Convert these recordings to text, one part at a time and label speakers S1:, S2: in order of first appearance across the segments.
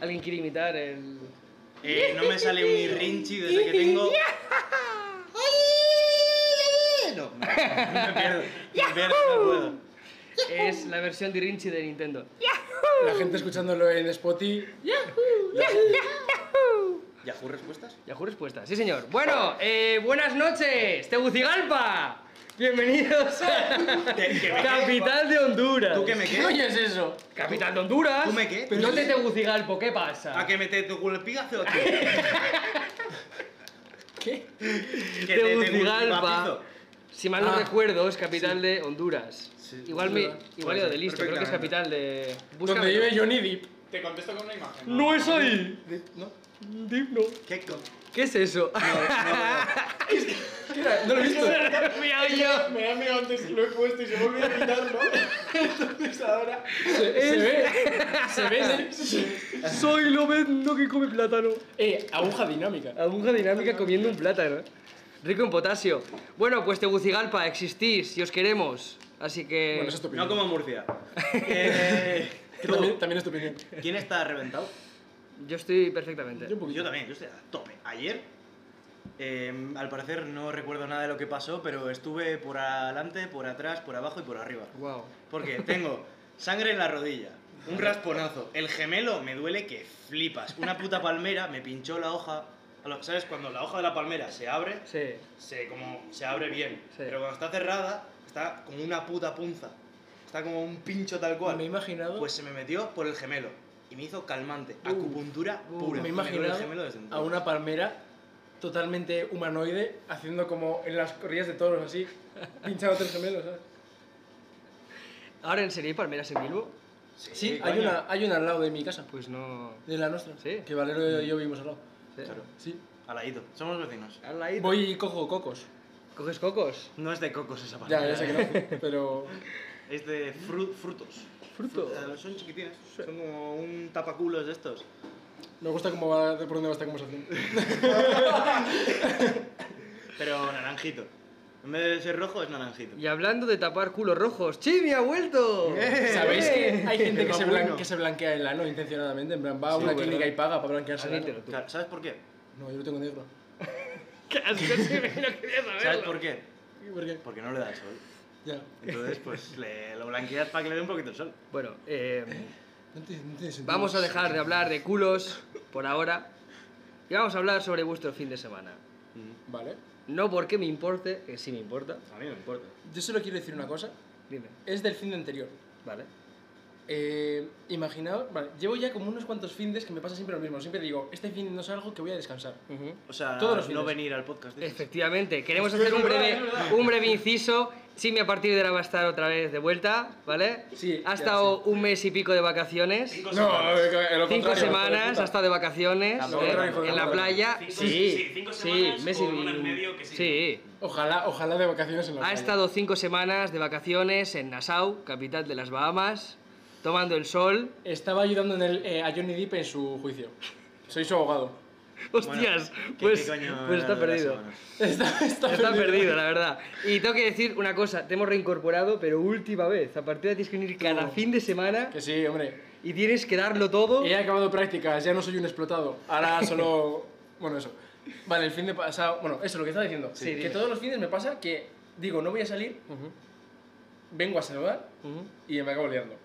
S1: ¿Alguien quiere imitar el...?
S2: Ah, Eh, no me sale un irrinchi desde que tengo. No, me me pierdo. Me pierdo, no puedo.
S1: Es la versión de Rinchi de Nintendo.
S3: La gente escuchándolo en Spotify.
S2: ¿Yahoo respuestas?
S1: Yahoo Respuestas, sí señor. Bueno, eh, buenas noches, Tegucigalpa. Bienvenidos a
S2: Te- que me-
S1: Capital de Honduras.
S2: ¿Tú que me
S3: ¿Qué
S2: qué?
S3: coño es eso?
S1: Capital de Honduras.
S2: ¿Tú me qué?
S1: No te Tegucigalpo, ¿qué pasa?
S2: ¿A Ah, que me te tu culpiga o qué?
S3: ¿Qué?
S2: ¿Que te- te
S1: Tegucigalpa.
S2: culpapizo?
S1: Si mal no
S3: Ah,
S1: recuerdo, es capital de Honduras.
S2: Sí,
S1: igual
S2: es
S1: me,
S2: verdad.
S1: igual he ido de listo, creo que es
S2: Perfectamente.
S1: capital de.
S3: Donde
S1: Búscame.
S3: vive Johnny Depp.
S4: Te contesto con una imagen.
S1: No es ahí.
S3: ¿No?
S1: Digno.
S2: ¿Qué co-
S1: ¿Qué es eso?
S3: ¿Qué era? No lo he visto.
S1: Mira, yo.
S4: Me da miedo antes lo he puesto y se me olvidó quitarlo. Entonces ahora.
S3: Se, se ve. Se ve. se-
S1: Soy lo vendo que come plátano.
S3: Eh, aguja dinámica.
S1: Aguja dinámica comiendo un plátano. ¿eh? Rico en potasio. Bueno, pues Tegucigalpa, existís y os queremos. Así que.
S3: Bueno, eso es tu opinión.
S2: No como Murcia. Eh,
S3: Que también, también es tu opinión.
S2: ¿Quién está reventado?
S1: Yo estoy perfectamente.
S3: Yo un poquito.
S2: Yo también, yo estoy a tope. Ayer, eh, al parecer no recuerdo nada de lo que pasó, pero estuve por adelante, por atrás, por abajo y por arriba.
S1: Wow.
S2: Porque tengo sangre en la rodilla, un rasponazo, el gemelo me duele que flipas, una puta palmera me pinchó la hoja. a lo- ¿Sabes? Cuando la hoja de la palmera se abre,
S1: Sí.
S2: se, como, se abre bien.
S1: Sí.
S2: Pero cuando está cerrada, está como una puta punza. Está como un pincho tal cual.
S3: Me he imaginado.
S2: Pues se me metió por el gemelo y me hizo calmante, acupuntura
S1: uh,
S2: pura.
S3: me he
S2: duele el
S3: imaginado
S2: gemelo desde entonces.
S3: a una palmera totalmente humanoide haciendo como en las corrillas de toros así, pinchando tres gemelos, ¿sabes?
S1: Ahora en serio, ¿hay palmeras en Bilbo?
S3: Sí, hay
S2: coño.
S3: una, hay una al lado de mi casa,
S1: Pues no.
S3: de la nuestra,
S1: Sí.
S3: que Valero y yo vivimos al lado.
S1: Sí.
S2: Claro.
S3: Sí.
S2: Al ladito. Somos vecinos.
S1: Al ahí.
S3: Voy y cojo cocos.
S1: ¿Coges cocos?
S2: No es de cocos esa palabra.
S3: Ya, ya sé que no, pero
S2: Es de fru- frutos.
S1: Fruto.
S2: Fruta- Son chiquitines. Son como un tapaculos de estos.
S3: me gusta cómo va, de por dónde va esta conversación.
S2: Pero naranjito. En vez de ser rojo, es naranjito.
S1: Y hablando de tapar culos rojos, ¡Chivi ha vuelto!
S2: Eh.
S3: ¿Sabéis que hay gente que
S2: Pero
S3: se,
S2: bueno.
S3: blan- que se blanquea el ano intencionadamente? En plan, va a
S1: Sí,
S3: una
S1: ¿verdad?
S3: clínica y paga para blanquearse el ano.
S1: Admítelo tú.
S2: Claro, ¿Sabes por qué?
S3: No, yo lo tengo negro.
S1: ¡Qué asco, Chibi! No quería saberlo.
S2: ¿Sabes por qué?
S3: ¿Por qué?
S2: Porque no le da el sol.
S3: Ya.
S2: Entonces, pues le, lo blanqueas para que le dé un poquito el sol.
S1: Bueno, eh,
S3: No tiene, no tiene sentido.
S1: vamos a dejar de hablar de culos por ahora y vamos a hablar sobre vuestro fin de semana.
S3: Vale.
S1: No porque me importe, que sí me importa.
S2: A mí no me importa.
S3: Yo solo quiero decir una cosa.
S1: Dime,
S3: Es del fin de anterior.
S1: ¿vale?
S3: Eh, imaginaos, vale, llevo ya como unos cuantos findes que me pasa siempre lo mismo. Siempre digo, este fin no salgo que voy a descansar.
S2: O sea,
S3: Todos los
S2: no
S3: fines.
S2: venir al podcast. dices.
S1: Efectivamente, queremos
S4: Es que
S1: hacer un
S4: es verdad,
S1: breve,
S4: es verdad.
S1: un breve inciso. Simi a partir de ahora va a estar otra vez de vuelta, ¿vale?
S3: Sí,
S1: Ha
S3: ya,
S1: estado un mes y pico de vacaciones. Cinco,
S3: No, eh, lo contrario,
S1: semanas,
S3: hijo
S1: ha
S3: de puta.
S1: estado de vacaciones
S2: Ah,
S1: ¿eh?
S2: lo contrario, hijo de
S1: en la
S3: puta.
S1: playa.
S5: Cinco-
S1: sí,
S5: sí, cinco semanas
S1: mes
S5: o un año y medio que sí.
S1: Sí,
S3: Ojalá, ojalá de vacaciones en la
S1: Ha
S3: playa.
S1: estado cinco semanas de vacaciones en Nassau, capital de las Bahamas, tomando el sol.
S3: Estaba ayudando en el, eh, a Johnny Depp en su juicio. Soy su abogado.
S2: Bueno,
S1: Hostias,
S2: ¿qué-
S1: pues,
S2: qué coño
S1: pues está
S2: era lo de la
S1: perdido.
S2: semana?
S3: Está, está
S1: Está perdido, la verdad. Y tengo que decir una cosa, te hemos reincorporado, pero última vez. A partir de ahí tienes que venir cada
S3: No.
S1: fin de semana
S3: Que sí, hombre.
S1: y tienes que darlo todo.
S3: He acabado prácticas, ya no soy un explotado. Ahora solo. bueno, eso. Vale, el fin de pasado. Bueno, eso es lo que estaba diciendo.
S1: Sí,
S3: que
S1: dime.
S3: todos los fines me pasa que digo, no voy a salir,
S1: Ujú,
S3: vengo a saludar
S1: ujú.
S3: y me acabo liando.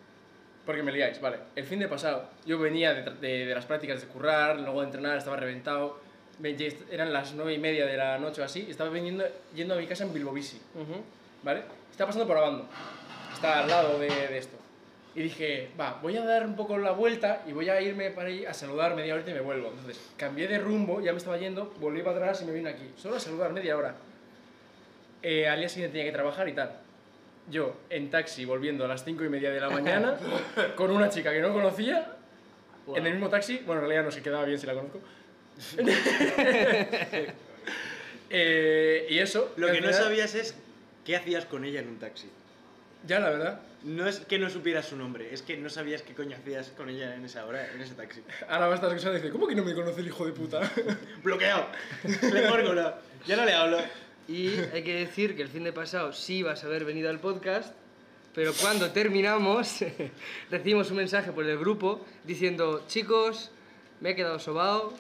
S3: Porque me liáis, vale. El fin de pasado, yo venía de, tra- de- de las prácticas de currar, luego de entrenar, estaba reventado. Me- ya est- eran las nueve y media de la noche o así, y estaba viniendo, yendo a mi casa en Bilbo Bici, ¿vale? Estaba pasando por Abando, está al lado de, de esto. Y dije, va, voy a dar un poco la vuelta y voy a irme para ahí a saludar media hora y me vuelvo. Entonces, cambié de rumbo, ya me estaba yendo, volví para atrás y me vine aquí. Solo a saludar media hora. Eh, al día siguiente tenía que trabajar y tal. Yo, en taxi, volviendo a las 5 y media de la mañana, con una chica que no conocía, en el mismo taxi, bueno, en realidad no se quedaba bien si la conozco. Eh, y eso.
S2: Lo que no
S3: al final-
S2: sabías es qué hacías con ella en un taxi.
S3: Ya, la verdad.
S2: No es que no supieras su nombre, es que no sabías qué coño hacías con ella en esa hora, en ese taxi.
S3: Ahora va a estar escuchando y dice: ¿Cómo que no me conoce el hijo de puta?
S2: Bloqueado. Le pongo la- Ya no le hablo.
S1: Y hay que decir que el fin de pasado sí vas a haber venido al podcast, pero cuando terminamos recibimos un mensaje por el grupo diciendo, chicos, me he quedado sobao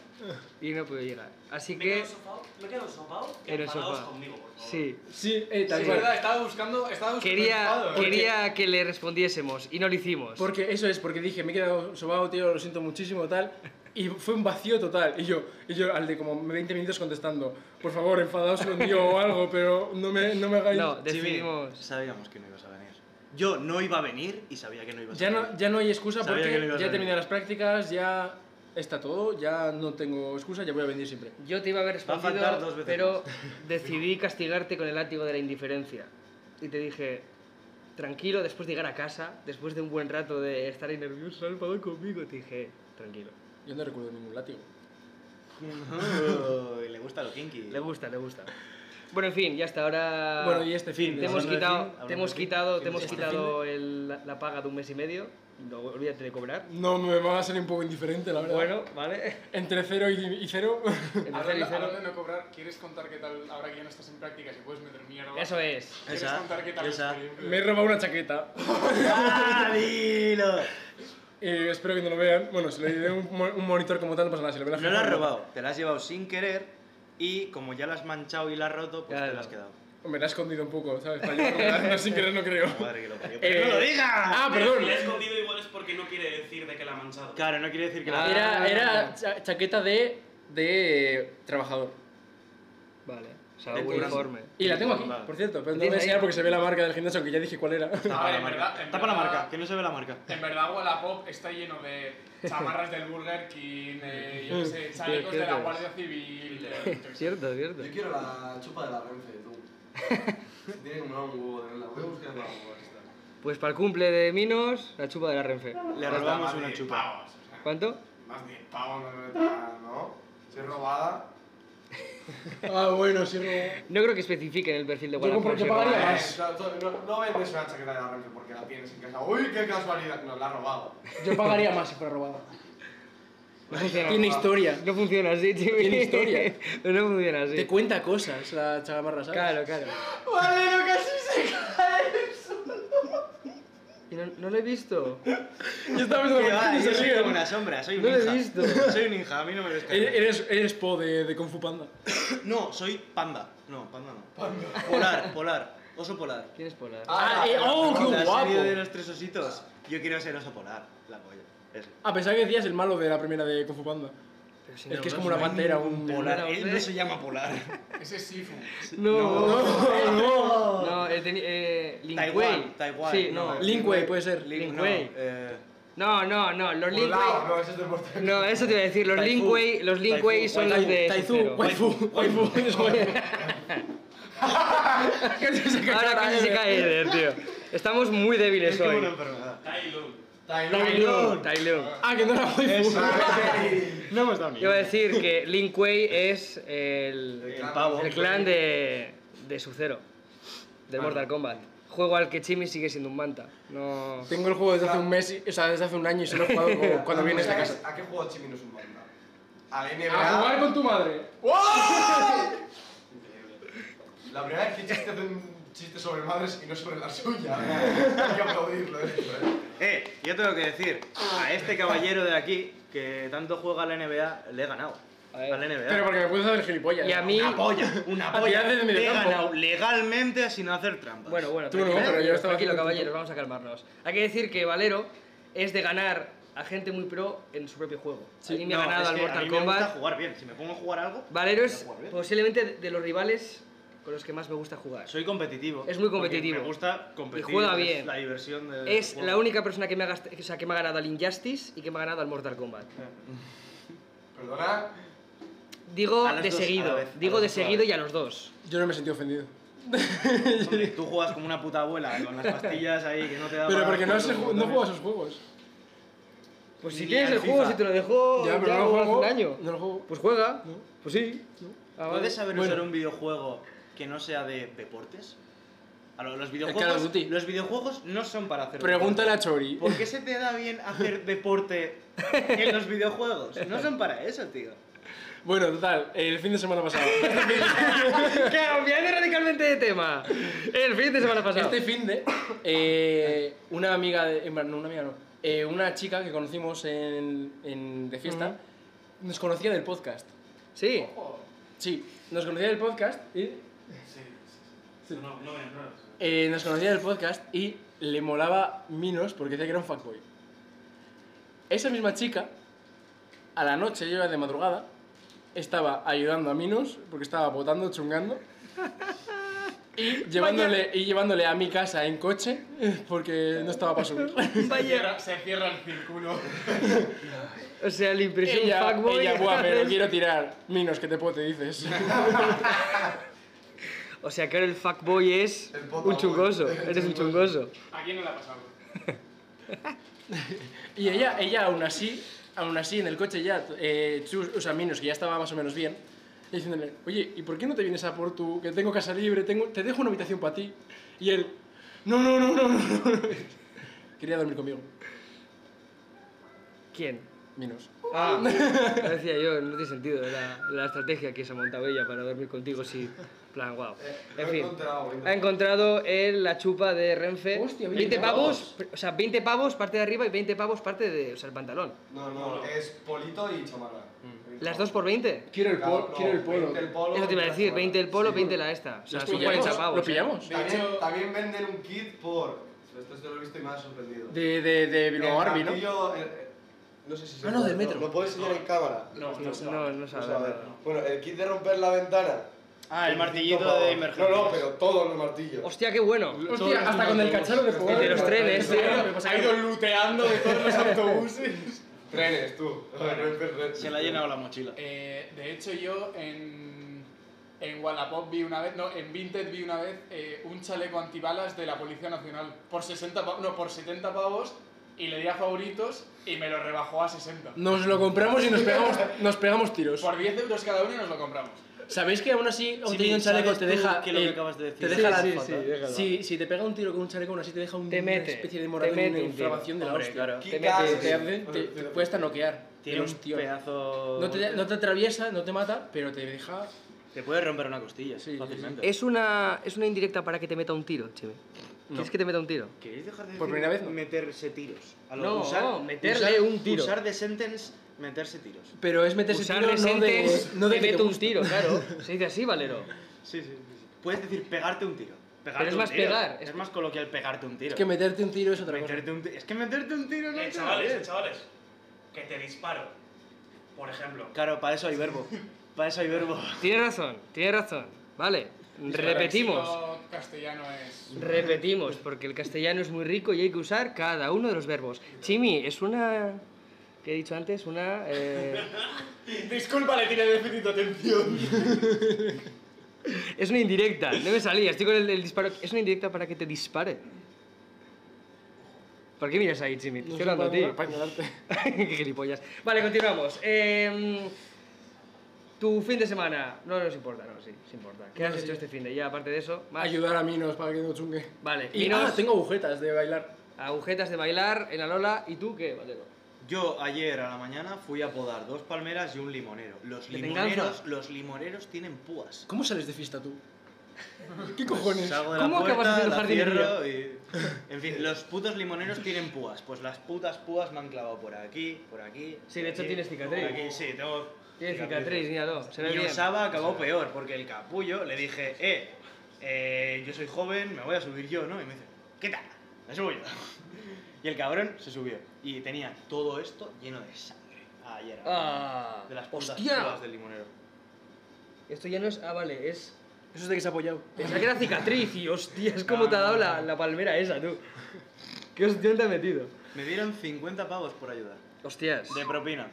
S1: y no he podido llegar. Así
S5: Me he
S1: que,
S5: quedado sopao, me he quedado sopao y
S1: En el
S5: enfadaos
S1: sofá.
S5: conmigo, por favor.
S1: sí.
S3: Sí, eh, tal
S1: Sí.
S3: cual.
S4: verdad, estaba buscando. Estaba buscando
S1: Quería, quería que le respondiésemos y no lo hicimos.
S3: Porque eso es, porque dije, me he quedado sobado, tío, lo siento muchísimo, tal. Y fue un vacío total. Y yo, y yo al de como 20 minutos contestando, por favor, enfadaos conmigo o algo, pero no me, no me hagáis.
S1: No, decidimos.
S2: Sabíamos que no ibas a venir. Yo no iba a venir y sabía que no ibas
S3: Ya
S2: a
S3: no,
S2: venir.
S3: ya no hay excusa
S2: Sabía que lo
S3: porque
S2: ibas a
S3: ya he
S2: hacer.
S3: terminado las prácticas, ya está todo, ya no tengo excusa, ya voy a venir siempre.
S1: Yo te iba a haber
S2: Va a faltar dos
S1: respondido,
S2: veces
S1: pero decidí castigarte con el látigo de la indiferencia. Y te dije, tranquilo, después de llegar a casa, después de un buen rato de estar ahí nervioso, has enfadado conmigo, te dije, tranquilo.
S3: Yo no recuerdo ningún látigo.
S2: Uy, le gusta lo kinky.
S1: Le gusta, le gusta. Bueno, en fin, ya hasta ahora...
S3: Bueno, y este fin,
S1: Te hemos
S2: hablando de
S1: quitado,
S2: fin, hablando
S1: te hemos
S2: de fin,
S1: quitado, te
S2: ¿quién
S1: hemos
S4: este
S2: está?
S1: quitado el- la, la paga de un mes y medio. No, olvídate de cobrar.
S3: No, me va a ser un poco indiferente, la verdad.
S1: Bueno, vale.
S3: Entre cero y, y cero.
S1: Entre cero y
S4: Hablando,
S1: cero.
S4: hablando de no cobrar, ¿quieres contar qué tal ahora que ya no estás en práctica? Si puedes meter mierda.
S1: Eso es.
S4: ¿Quieres
S2: Esa,
S4: contar qué tal la
S2: esa.
S4: experiencia?
S3: me he robado una chaqueta.
S2: ¡Ah, dilo!
S3: Eh, espero que no lo vean. Bueno, si le diré un, mo- un monitor como tal, no pasa nada. Si le ven la
S2: No la
S3: foto,
S2: has robado, te la has llevado sin querer y como ya la has manchado y la has roto, pues te
S1: Claro.
S2: la has quedado.
S3: Me la he escondido un poco, ¿sabes? Para llevarme, sin querer, no creo.
S2: Madre que lo parió.
S3: Eh,
S2: ¡Pero no lo digas!
S3: Ah,
S5: Pero
S3: perdón.
S5: Si la he escondido igual es porque no quiere decir de que la ha manchado.
S2: Claro, no quiere decir que la...
S1: Ah.
S3: Era, era cha- chaqueta de, de trabajador.
S1: Vale. O sea,
S2: Te
S1: un
S2: cobran.
S1: uniforme.
S3: Y la tengo aquí,
S2: Vale.
S3: por cierto. Pero no voy
S1: ¿Tienes
S3: a
S1: ahí?
S3: enseñar porque se ve la marca del gimnasio, que ya dije cuál era.
S4: A
S2: Tapa
S4: ver,
S2: la
S4: en verdad,
S2: marca.
S4: en
S2: Tapa la
S4: verdad-
S2: marca, que no se ve la marca.
S4: En verdad, Wallapop está lleno de chamarras del Burger King, de, yo qué sé, chalecos de la
S1: cierto.
S4: Guardia Civil. de-
S1: Cierto, cierto.
S6: Yo quiero la chupa de la Renfe, tú. Tiene como un huevo de la Voy a buscar la huevo esta.
S1: Pues para el cumple de Minos, la chupa de la
S2: Le
S1: Renfe.
S6: Cuesta
S2: robamos
S6: más
S2: una
S4: eh,
S6: de
S2: chupa.
S6: pavos, o sea,
S1: ¿Cuánto?
S6: Más de pavos no me metan, ¿no? Si es robada.
S3: ah, bueno, sí, no.
S1: No creo que especifiquen el perfil de
S3: Yo
S1: Wallapop.
S3: compro- yo
S1: si
S3: pagaría
S1: roban.
S3: más.
S6: Eh, no, no, no vendes una chaqueta de la Renfe porque la tienes en casa. ¡Uy, qué casualidad! No, la ha robado.
S3: Yo pagaría más si fuera robada.
S1: No funciona.
S3: Tiene historia.
S1: No funciona así, tío.
S3: Tiene historia.
S1: No funciona así.
S3: Te cuenta cosas la chamarra, ¿sabes?
S1: Claro, claro.
S6: Vale, no casi se cae.
S1: Y no, no lo he visto.
S3: Yo estaba pensando,
S2: Que
S3: ¿por
S2: va,
S3: qué
S2: yo
S3: se
S2: soy
S3: ríe?
S2: como una sombra, soy un
S1: No lo he
S2: ninja.
S1: visto.
S2: Soy un ninja, a mí no me
S3: E-
S2: ves.
S3: Eres, eres po de, de Kung Fu Panda.
S2: No, soy panda. No, panda no. Polar, polar. Oso polar.
S1: ¿Quién es Polar?
S3: Ah, eh, oh, qué
S2: la
S3: guapo.
S2: serie de los tres ositos. Yo quiero ser oso polar. La polla. Eso.
S3: A pesar Ah, que decías el malo de la primera de Kung Fu Panda.
S1: Pero si
S3: es
S1: no
S3: que es
S1: lo
S3: como una
S1: sé.
S3: pantera, un
S2: Polar.
S1: Polar,
S2: Él no
S1: hombre.
S2: se llama polar.
S4: Ese es Sifu.
S1: No, no,
S3: no.
S1: eh, teni- eh, Lin
S2: Taiwán,
S1: Kuei.
S2: Taiwán,
S1: Sí,
S2: no,
S1: no.
S2: eh.
S3: Lin Kuei puede ser.
S1: Lin
S2: No,
S1: Kuei.
S2: eh,
S1: No, no, no, los Lin
S6: Ulao,
S1: Kuei.
S6: no, ese es de Mortal
S1: No, eso te iba a decir, los Lin
S2: Taifu.
S1: Kuei, los Lin
S2: Taifu.
S1: Kuei son los de
S3: Taizu,
S1: Sub-Zero.
S3: waifu, waifu. es waifu. Casi se cae
S1: Ahora
S3: la
S1: casi se
S3: Eder.
S1: cae Eder, tío. Estamos muy
S2: es
S1: débiles
S2: como una
S1: hoy.
S2: enfermedad.
S5: Tailun.
S1: Tailun, Tailun.
S3: Ah, que no era waifu.
S2: No hemos dado ni
S1: Yo iba a
S2: uno.
S1: decir que Lin Kuei es el,
S2: El pavo.
S1: el clan de, de Sub-Zero, del Mortal Kombat. Juego al que Chimi sigue siendo un manta. No.
S3: Tengo el juego desde hace un mes, y- o sea, desde hace un año y solo he jugado como cuando vienes a casa.
S6: ¿A qué juego Chimi no es un banda? A la
S3: A
S2: Ah,
S6: NBA.
S3: jugar con tu madre.
S6: La primera vez que chiste hace un chiste sobre madres y no sobre la suya. Hay que aplaudirlo. ¿eh?
S2: Eh, yo tengo que decir, a este caballero de aquí, que tanto juega a la NBA, le he ganado.
S1: A
S2: A
S1: ver.
S2: la NBA.
S3: Pero porque me puedes hacer gilipollas.
S1: Y a mí.
S2: Una polla, una
S3: A
S2: polla.
S3: tirar desde medio
S2: Le he
S3: campo.
S2: ganado legalmente sin hacer trampas.
S1: Bueno, bueno,
S3: Tú no,
S1: tranquilo,
S3: pero yo estaba
S1: tranquilo,
S3: haciendo
S1: caballeros, vamos a calmarnos. Hay que decir que Valero es de ganar a gente muy pro en su propio juego. a mí me
S2: No,
S1: ha ganado
S2: es
S1: al
S2: que a
S1: Mortal
S2: mí me gusta
S1: Kombat.
S2: jugar bien. Si me pongo a jugar algo,
S1: Valero es
S2: jugar bien.
S1: posiblemente de- de los rivales con los que más me gusta jugar.
S2: soy competitivo.
S1: Es muy
S2: porque
S1: competitivo.
S2: Me gusta competir.
S1: Y juega
S2: es
S1: bien.
S2: la diversión de.
S1: Es la única persona que me, ha gast- o sea, que me ha ganado al Injustice y que me ha ganado al Mortal Kombat.
S6: Perdona.
S1: Digo
S2: A las
S1: de
S2: dos, a
S1: seguido,
S2: la vez, a
S1: digo
S2: las
S1: de
S2: dos a la
S1: seguido
S2: vez.
S1: y a los dos.
S3: Yo no me sentí ofendido.
S2: Hombre, tú juegas como una puta abuela con las pastillas ahí que no te da
S3: Pero
S2: para-
S3: porque no, se, ju- no juego a esos juegos.
S1: Pues
S2: Ni
S1: si tienes
S2: al
S1: el juego,
S2: FIFA.
S1: si te lo dejó
S3: Ya,
S1: ya,
S3: pero no lo
S1: hace
S3: juego.
S1: un año.
S3: No lo juego.
S1: Pues juega.
S3: No.
S1: Pues sí. Ah, vale.
S2: ¿Puedes saber
S3: Bueno.
S2: usar un videojuego que no sea de deportes? A lo- los
S3: Call of
S2: videojuegos,
S3: Duty.
S2: los videojuegos no son para hacer
S3: Pregúntale
S2: deporte.
S3: a Chori.
S2: ¿Por qué se te da bien hacer deporte en los videojuegos? No son para eso, tío.
S3: Bueno, total, el fin de semana pasado.
S1: Cambiando radicalmente de tema. El fin de semana pasado.
S3: Este fin de. eh, una amiga. de- en plan, no, una amiga no. eh, una chica que conocimos en, en- de fiesta. nos conocía del podcast.
S1: Sí.
S4: Ojo.
S3: Sí, nos conocía del podcast y
S5: Sí, sí. No, no, no me enredas.
S3: eh, nos conocía del podcast y le molaba Minos porque decía que era un fuckboy. Esa misma chica, a la noche, yo era de madrugada, estaba ayudando a Minos porque estaba botando, chungando. Y llevándole, y llevándole a mi casa en coche eh, porque no estaba para subir.
S4: Se
S1: Vaya.
S4: cierra, se cierra el círculo.
S1: O sea, la impresión
S3: ella,
S1: fuckboy.
S3: ella, buah, me lo quiero tirar. Minos, que te pote, dices.
S1: O sea, que ahora el fuckboy es
S6: El potaboy.
S1: un chungoso. Eres un chungoso.
S4: ¿A quién no le ha pasado?
S5: Eh,
S3: Y ella, ella aún así, aún así en el coche ya, eh, Chus, o sea, Minos, que ya estaba más o menos bien, y diciéndole, oye, ¿y por qué no te vienes a por tu, que tengo casa libre, tengo, te dejo una habitación para ti? Y él, no, no, no, no, no, no". Quería dormir conmigo,
S1: ¿Quién?
S3: Minos.
S1: Ah, lo decía yo, no tiene sentido la, la estrategia que se ha montado ella para dormir contigo, sí. Plan, wow.
S6: Eh, lo
S1: En
S6: he
S1: fin,
S6: encontrado, lo he
S1: ha encontrado él la chupa de Renfe.
S3: Hostia,
S1: 20,
S3: 20
S1: pavos, o sea, 20 pavos parte de arriba y 20 pavos parte de, o sea, el pantalón.
S6: No, no, es Polito y Chamarra.
S1: Mm. ¿Las dos por 20?
S3: Quiero el,
S6: Claro,
S3: polo,
S6: no,
S3: quiero el polo.
S6: 20 el polo.
S1: Eso te iba a decir, 20 el polo,
S6: Sí.
S1: 20 la esta. O sea,
S3: ¿Los
S1: son
S3: pillamos?
S1: 40 pavos.
S3: ¿Lo
S1: eh.
S3: pillamos?
S6: También,
S4: De hecho-
S6: también venden un kit por. Esto es de lo he visto y me ha sorprendido.
S3: De, de, de
S6: El
S3: Bilbao Army, ¿no?
S6: castillo, el- el- no sé si se
S3: Ah, no, del
S6: puede,
S3: metro.
S6: ¿Lo puedes enseñar en cámara?
S2: No, no,
S1: No, no, no
S6: Vamos
S1: sabes.
S6: a ver. Bueno, el kit de romper la ventana.
S2: Ah, el
S6: 25
S2: martillito
S6: pavos.
S2: de emergencia.
S6: No, no, pero todos los martillos.
S1: Hostia, qué bueno.
S3: Hostia, hasta con el cacharro de
S1: El
S3: poder.
S1: de los trenes, tío.
S4: Ha ido looteando de todos los autobuses.
S6: Trenes, tú. Romper trenes.
S2: Se le ha llenado la mochila.
S4: Eh, de hecho, yo en, en Wallapop vi una vez, no, en Vinted vi una vez eh, un chaleco antibalas de la Policía Nacional por 60 pa- no, por 70 pavos y le di a favoritos y me lo rebajó a 60.
S3: Nos lo compramos y nos pegamos, nos pegamos tiros.
S4: Por 10 euros cada uno nos lo compramos.
S3: ¿Sabéis que aún así, aún
S2: Sí,
S3: teniendo un
S2: ¿sabes
S3: chaleco, te
S2: tú
S3: deja.
S2: que lo que
S3: eh,
S2: acabas de decir?
S3: Te
S2: Sí,
S3: deja la
S1: sí,
S3: alfa,
S1: sí,
S3: ¿no?
S1: déjalo.
S3: Si- Si te pega un tiro con un chaleco, aún así te deja un-
S1: Te
S3: una
S1: mete,
S3: especie de
S1: te
S3: morado y
S1: mete
S3: una
S1: un tiro.
S3: inflamación de la
S2: Hombre,
S3: hostia.
S2: claro.
S6: Kit
S1: Te
S3: Te,
S1: metes-
S6: Kat.
S1: Sí,
S3: hace- te- te puede hasta noquear.
S2: Tiene un
S3: Hostia.
S2: pedazo.
S3: No te, no te atraviesa, no te mata, pero te deja.
S2: Te puede romper una costilla,
S3: Sí, sí,
S2: fácilmente.
S1: Es una, es una indirecta para que te meta un tiro, Chime. ¿Quieres que te meta un tiro?
S2: ¿Queréis dejar de
S3: Por
S2: decir
S3: primera vez, no.
S2: meterse tiros? A lo-
S1: No, meterle
S2: usar-
S1: un tiro.
S2: Usar de sentence, meterse tiros.
S3: Pero es meterse
S1: Usar
S3: tiro, Pues no de.
S1: resentes,
S3: No de
S1: te
S3: que te
S1: mete un
S3: guste.
S1: tiro, claro. Se dice así, Valero.
S2: Sí, sí, sí. sí. Puedes decir pegarte un tiro. Pegarte
S1: Pero es
S2: un
S1: más
S2: tiro.
S1: pegar,
S2: Es
S1: es-
S2: más coloquial pegarte un tiro.
S3: Es que meterte un tiro es otra cosa.
S2: meterte un ti- Es que meterte un tiro no
S5: Eh,
S2: es
S5: chavales, eh, chavales, que te disparo. Por ejemplo.
S2: Claro, para eso hay verbo. Para eso hay verbo.
S1: Tienes razón, tienes razón. Vale, repetimos.
S4: El léxico castellano es.
S1: Repetimos, porque el castellano es muy rico y hay que usar cada uno de los verbos. Chimi, es una... ¿Qué he dicho antes? Una... eh,
S4: Disculpa, le tiene déficit de atención.
S1: Es una indirecta, no me salía, estoy con el, el disparo. Es una indirecta para que te dispare. ¿Por qué miras ahí, Jimmy? Te
S3: No
S1: estoy
S3: sé,
S1: hablando a
S3: para-
S1: ti.
S3: para ignorarte.
S1: qué gilipollas. Vale, continuamos. Em, tu fin de semana. No nos importa, no, sí, sí importa. ¿Qué
S3: No,
S1: has
S3: sí.
S1: hecho este fin de? Ya, aparte de eso, más.
S3: Ayudar a Minos para que no chungue.
S1: Vale,
S3: Y
S1: Minos.
S3: ah, tengo agujetas de bailar.
S1: Agujetas de bailar en la Lola. ¿Y tú qué, Valero?
S2: Yo ayer a la mañana fui a podar dos palmeras y un limonero. Los
S1: ¿De
S2: limoneros,
S1: venganza?
S2: los limoneros tienen púas.
S3: ¿Cómo sales de fiesta tú? ¿Qué cojones?
S2: Salgo de la
S1: ¿Cómo acabas
S2: puerta,
S1: haciendo
S2: la
S1: jardinería?
S2: cierro y- En fin, los putos limoneros tienen púas. Pues las putas púas me han clavado por aquí, por aquí.
S1: Sí,
S2: por
S1: de hecho
S2: aquí,
S1: tienes cicatriz.
S2: por aquí, sí, tengo.
S1: Tienes cicatriz, míralo. Se ve
S2: Y
S1: bien.
S2: Osaba acabó peor, porque el capullo le dije, eh, eh, yo soy joven, me voy a subir yo, ¿no? Y me dice, ¿qué tal? Me subo yo. Y el cabrón se subió. Y tenía todo esto lleno de sangre. Ayer.
S1: Ah,
S2: de las putas
S1: hostia.
S2: púas del limonero.
S1: Esto ya no es. Ah, vale, es.
S3: Eso es de que se ha apoyado.
S1: Pensaba que era cicatriz y hostia, es como te ha dado la, la palmera esa, tú. ¿Qué hostión te ha metido?
S2: Me dieron 50 pavos por ayudar.
S1: Hostias.
S2: De
S1: De,
S2: propina.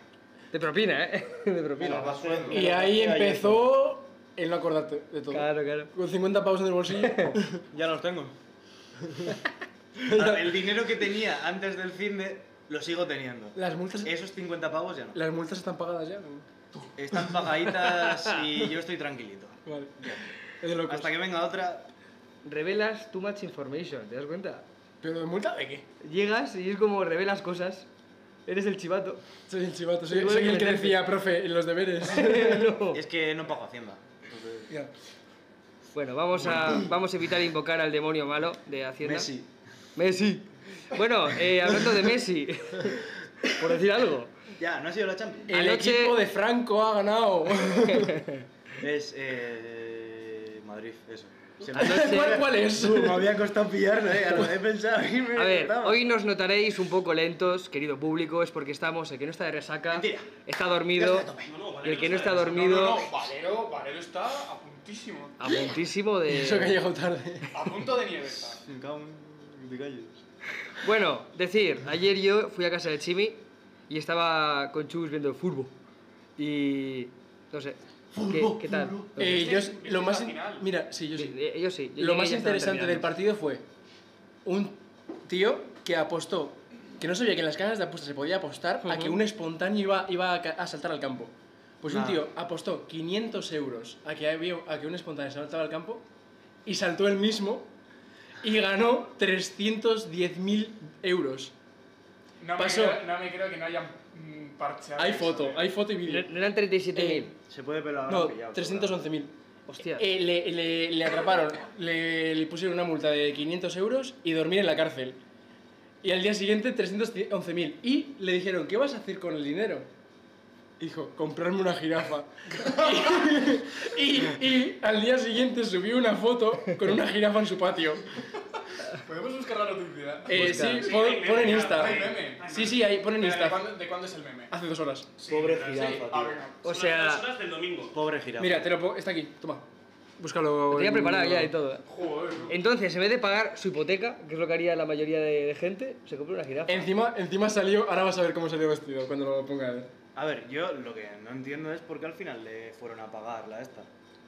S1: propina, ¿eh? De propina.
S6: Menos la sueldo.
S3: Y ahí empezó el no acordarte de todo.
S1: Claro, claro.
S3: Con 50 pavos en el bolsillo.
S2: Ya los tengo. el dinero que tenía antes del fin de lo sigo teniendo.
S3: Las multas,
S2: Esos 50 pavos ya no.
S3: las multas están pagadas ya. ¿no?
S2: Están pagaditas y yo estoy tranquilito.
S3: Vale. Es de locos.
S2: Hasta que venga otra.
S1: Revelas too much information, ¿te das cuenta?
S3: ¿Pero de multa de qué?
S1: Llegas y es como revelas cosas. Eres el chivato.
S3: Soy el chivato, soy,
S1: Igual
S3: soy
S1: que
S3: el que
S1: el
S3: decía, profe, en los deberes.
S1: No.
S2: Es que no pago Hacienda.
S3: Ya.
S1: Bueno, vamos a, vamos a evitar invocar al demonio malo de Hacienda.
S2: Messi.
S1: Messi. Bueno, eh, hablando de Messi, por decir algo.
S2: Ya, no ha sido la Champions.
S3: El
S1: Anoche-
S3: equipo de Franco ha ganado.
S2: Es eh, Madrid, eso. Se me- Uh,
S1: Anoche-
S3: ¿Cuál, cuál es?
S2: me había costado pillarlo, eh. Lo he pensado y me
S1: A ver,
S2: costaba.
S1: hoy nos notaréis un poco lentos, querido público, es porque estamos, el que no está de resaca,
S2: Mentira.
S1: está dormido,
S5: No, no, vale,
S1: y el que no está
S5: sabes.
S1: dormido,
S4: No, no, no, Valero, Valero está a puntísimo.
S1: a puntísimo de...
S3: Eso que ha llegado tarde.
S4: A punto de nieve está.
S2: Me cago en- me callo.
S1: Bueno, decir, ayer yo fui a casa de Chimi y estaba con Chus viendo el fútbol. Y. No sé. ¿Qué, qué tal? No sé.
S3: Eh, yo,
S4: ¿Visteis-
S3: lo
S4: visteis
S3: más
S4: la
S3: in-
S4: final?
S3: Mira, sí, yo sí.
S1: Eh, ellos sí. yo
S3: Lo
S1: llegué y
S3: más
S1: ya estaban
S3: interesante del
S1: terminando.
S3: partido fue un tío que apostó, que no sabía que en las casas de apuestas se podía apostar a que un espontáneo iba, iba a, ca- a saltar al campo. Pues un
S2: Ah.
S3: tío apostó 500 euros a que, había, a que un espontáneo saltaba al campo y saltó él mismo y ganó 310.000 euros.
S4: No me,
S3: Pasó.
S4: creo, no me creo que no hayan mm, parcheado.
S3: Hay
S4: eso,
S3: foto,
S4: eh.
S3: hay foto y
S1: No
S3: vídeo.
S1: no eran 37.000.
S3: Eh,
S2: Se puede pero ahora
S3: No,
S2: lo he pillado,
S3: 311.000.
S1: Hostia.
S3: Eh, le, le- le atraparon, le, le pusieron una multa de 500 euros y dormir en la cárcel. Y al día siguiente 311.000. Y le dijeron, ¿qué vas a hacer con el dinero? Dijo, comprarme una jirafa. y, y- y al día siguiente subió una foto con una jirafa en su patio.
S4: ¿Podemos buscar la noticia?
S3: Eh,
S1: Busca.
S3: sí,
S5: Sí,
S3: pon,
S5: hay meme,
S3: pon en
S5: ya,
S3: Insta.
S5: hay
S4: meme.
S5: Hay
S3: Sí,
S5: meme.
S3: sí, ahí, pon en
S4: Espera, ¿De,
S3: Insta.
S4: cuándo, de cuándo es el meme? Ah,
S3: Hace dos horas.
S5: Sí,
S2: Pobre
S5: verdad,
S2: jirafa,
S5: sí.
S4: a
S2: tío.
S4: ver,
S1: o
S5: Son
S4: no.
S5: las dos
S1: sea,
S5: horas del domingo.
S2: Pobre jirafa.
S3: Mira, te lo pongo, está aquí, toma. Búscalo.
S1: lo tenía
S3: en-
S1: preparado ya y todo. ¿eh?
S4: Joder.
S1: Entonces, en vez de pagar su hipoteca, que es lo que haría la mayoría de, de gente, se compra una jirafa.
S3: Encima, encima salió, ahora vas a ver cómo salió vestido cuando lo ponga.
S2: A ver, yo lo que no entiendo es por qué al final le fueron a pagar la esta.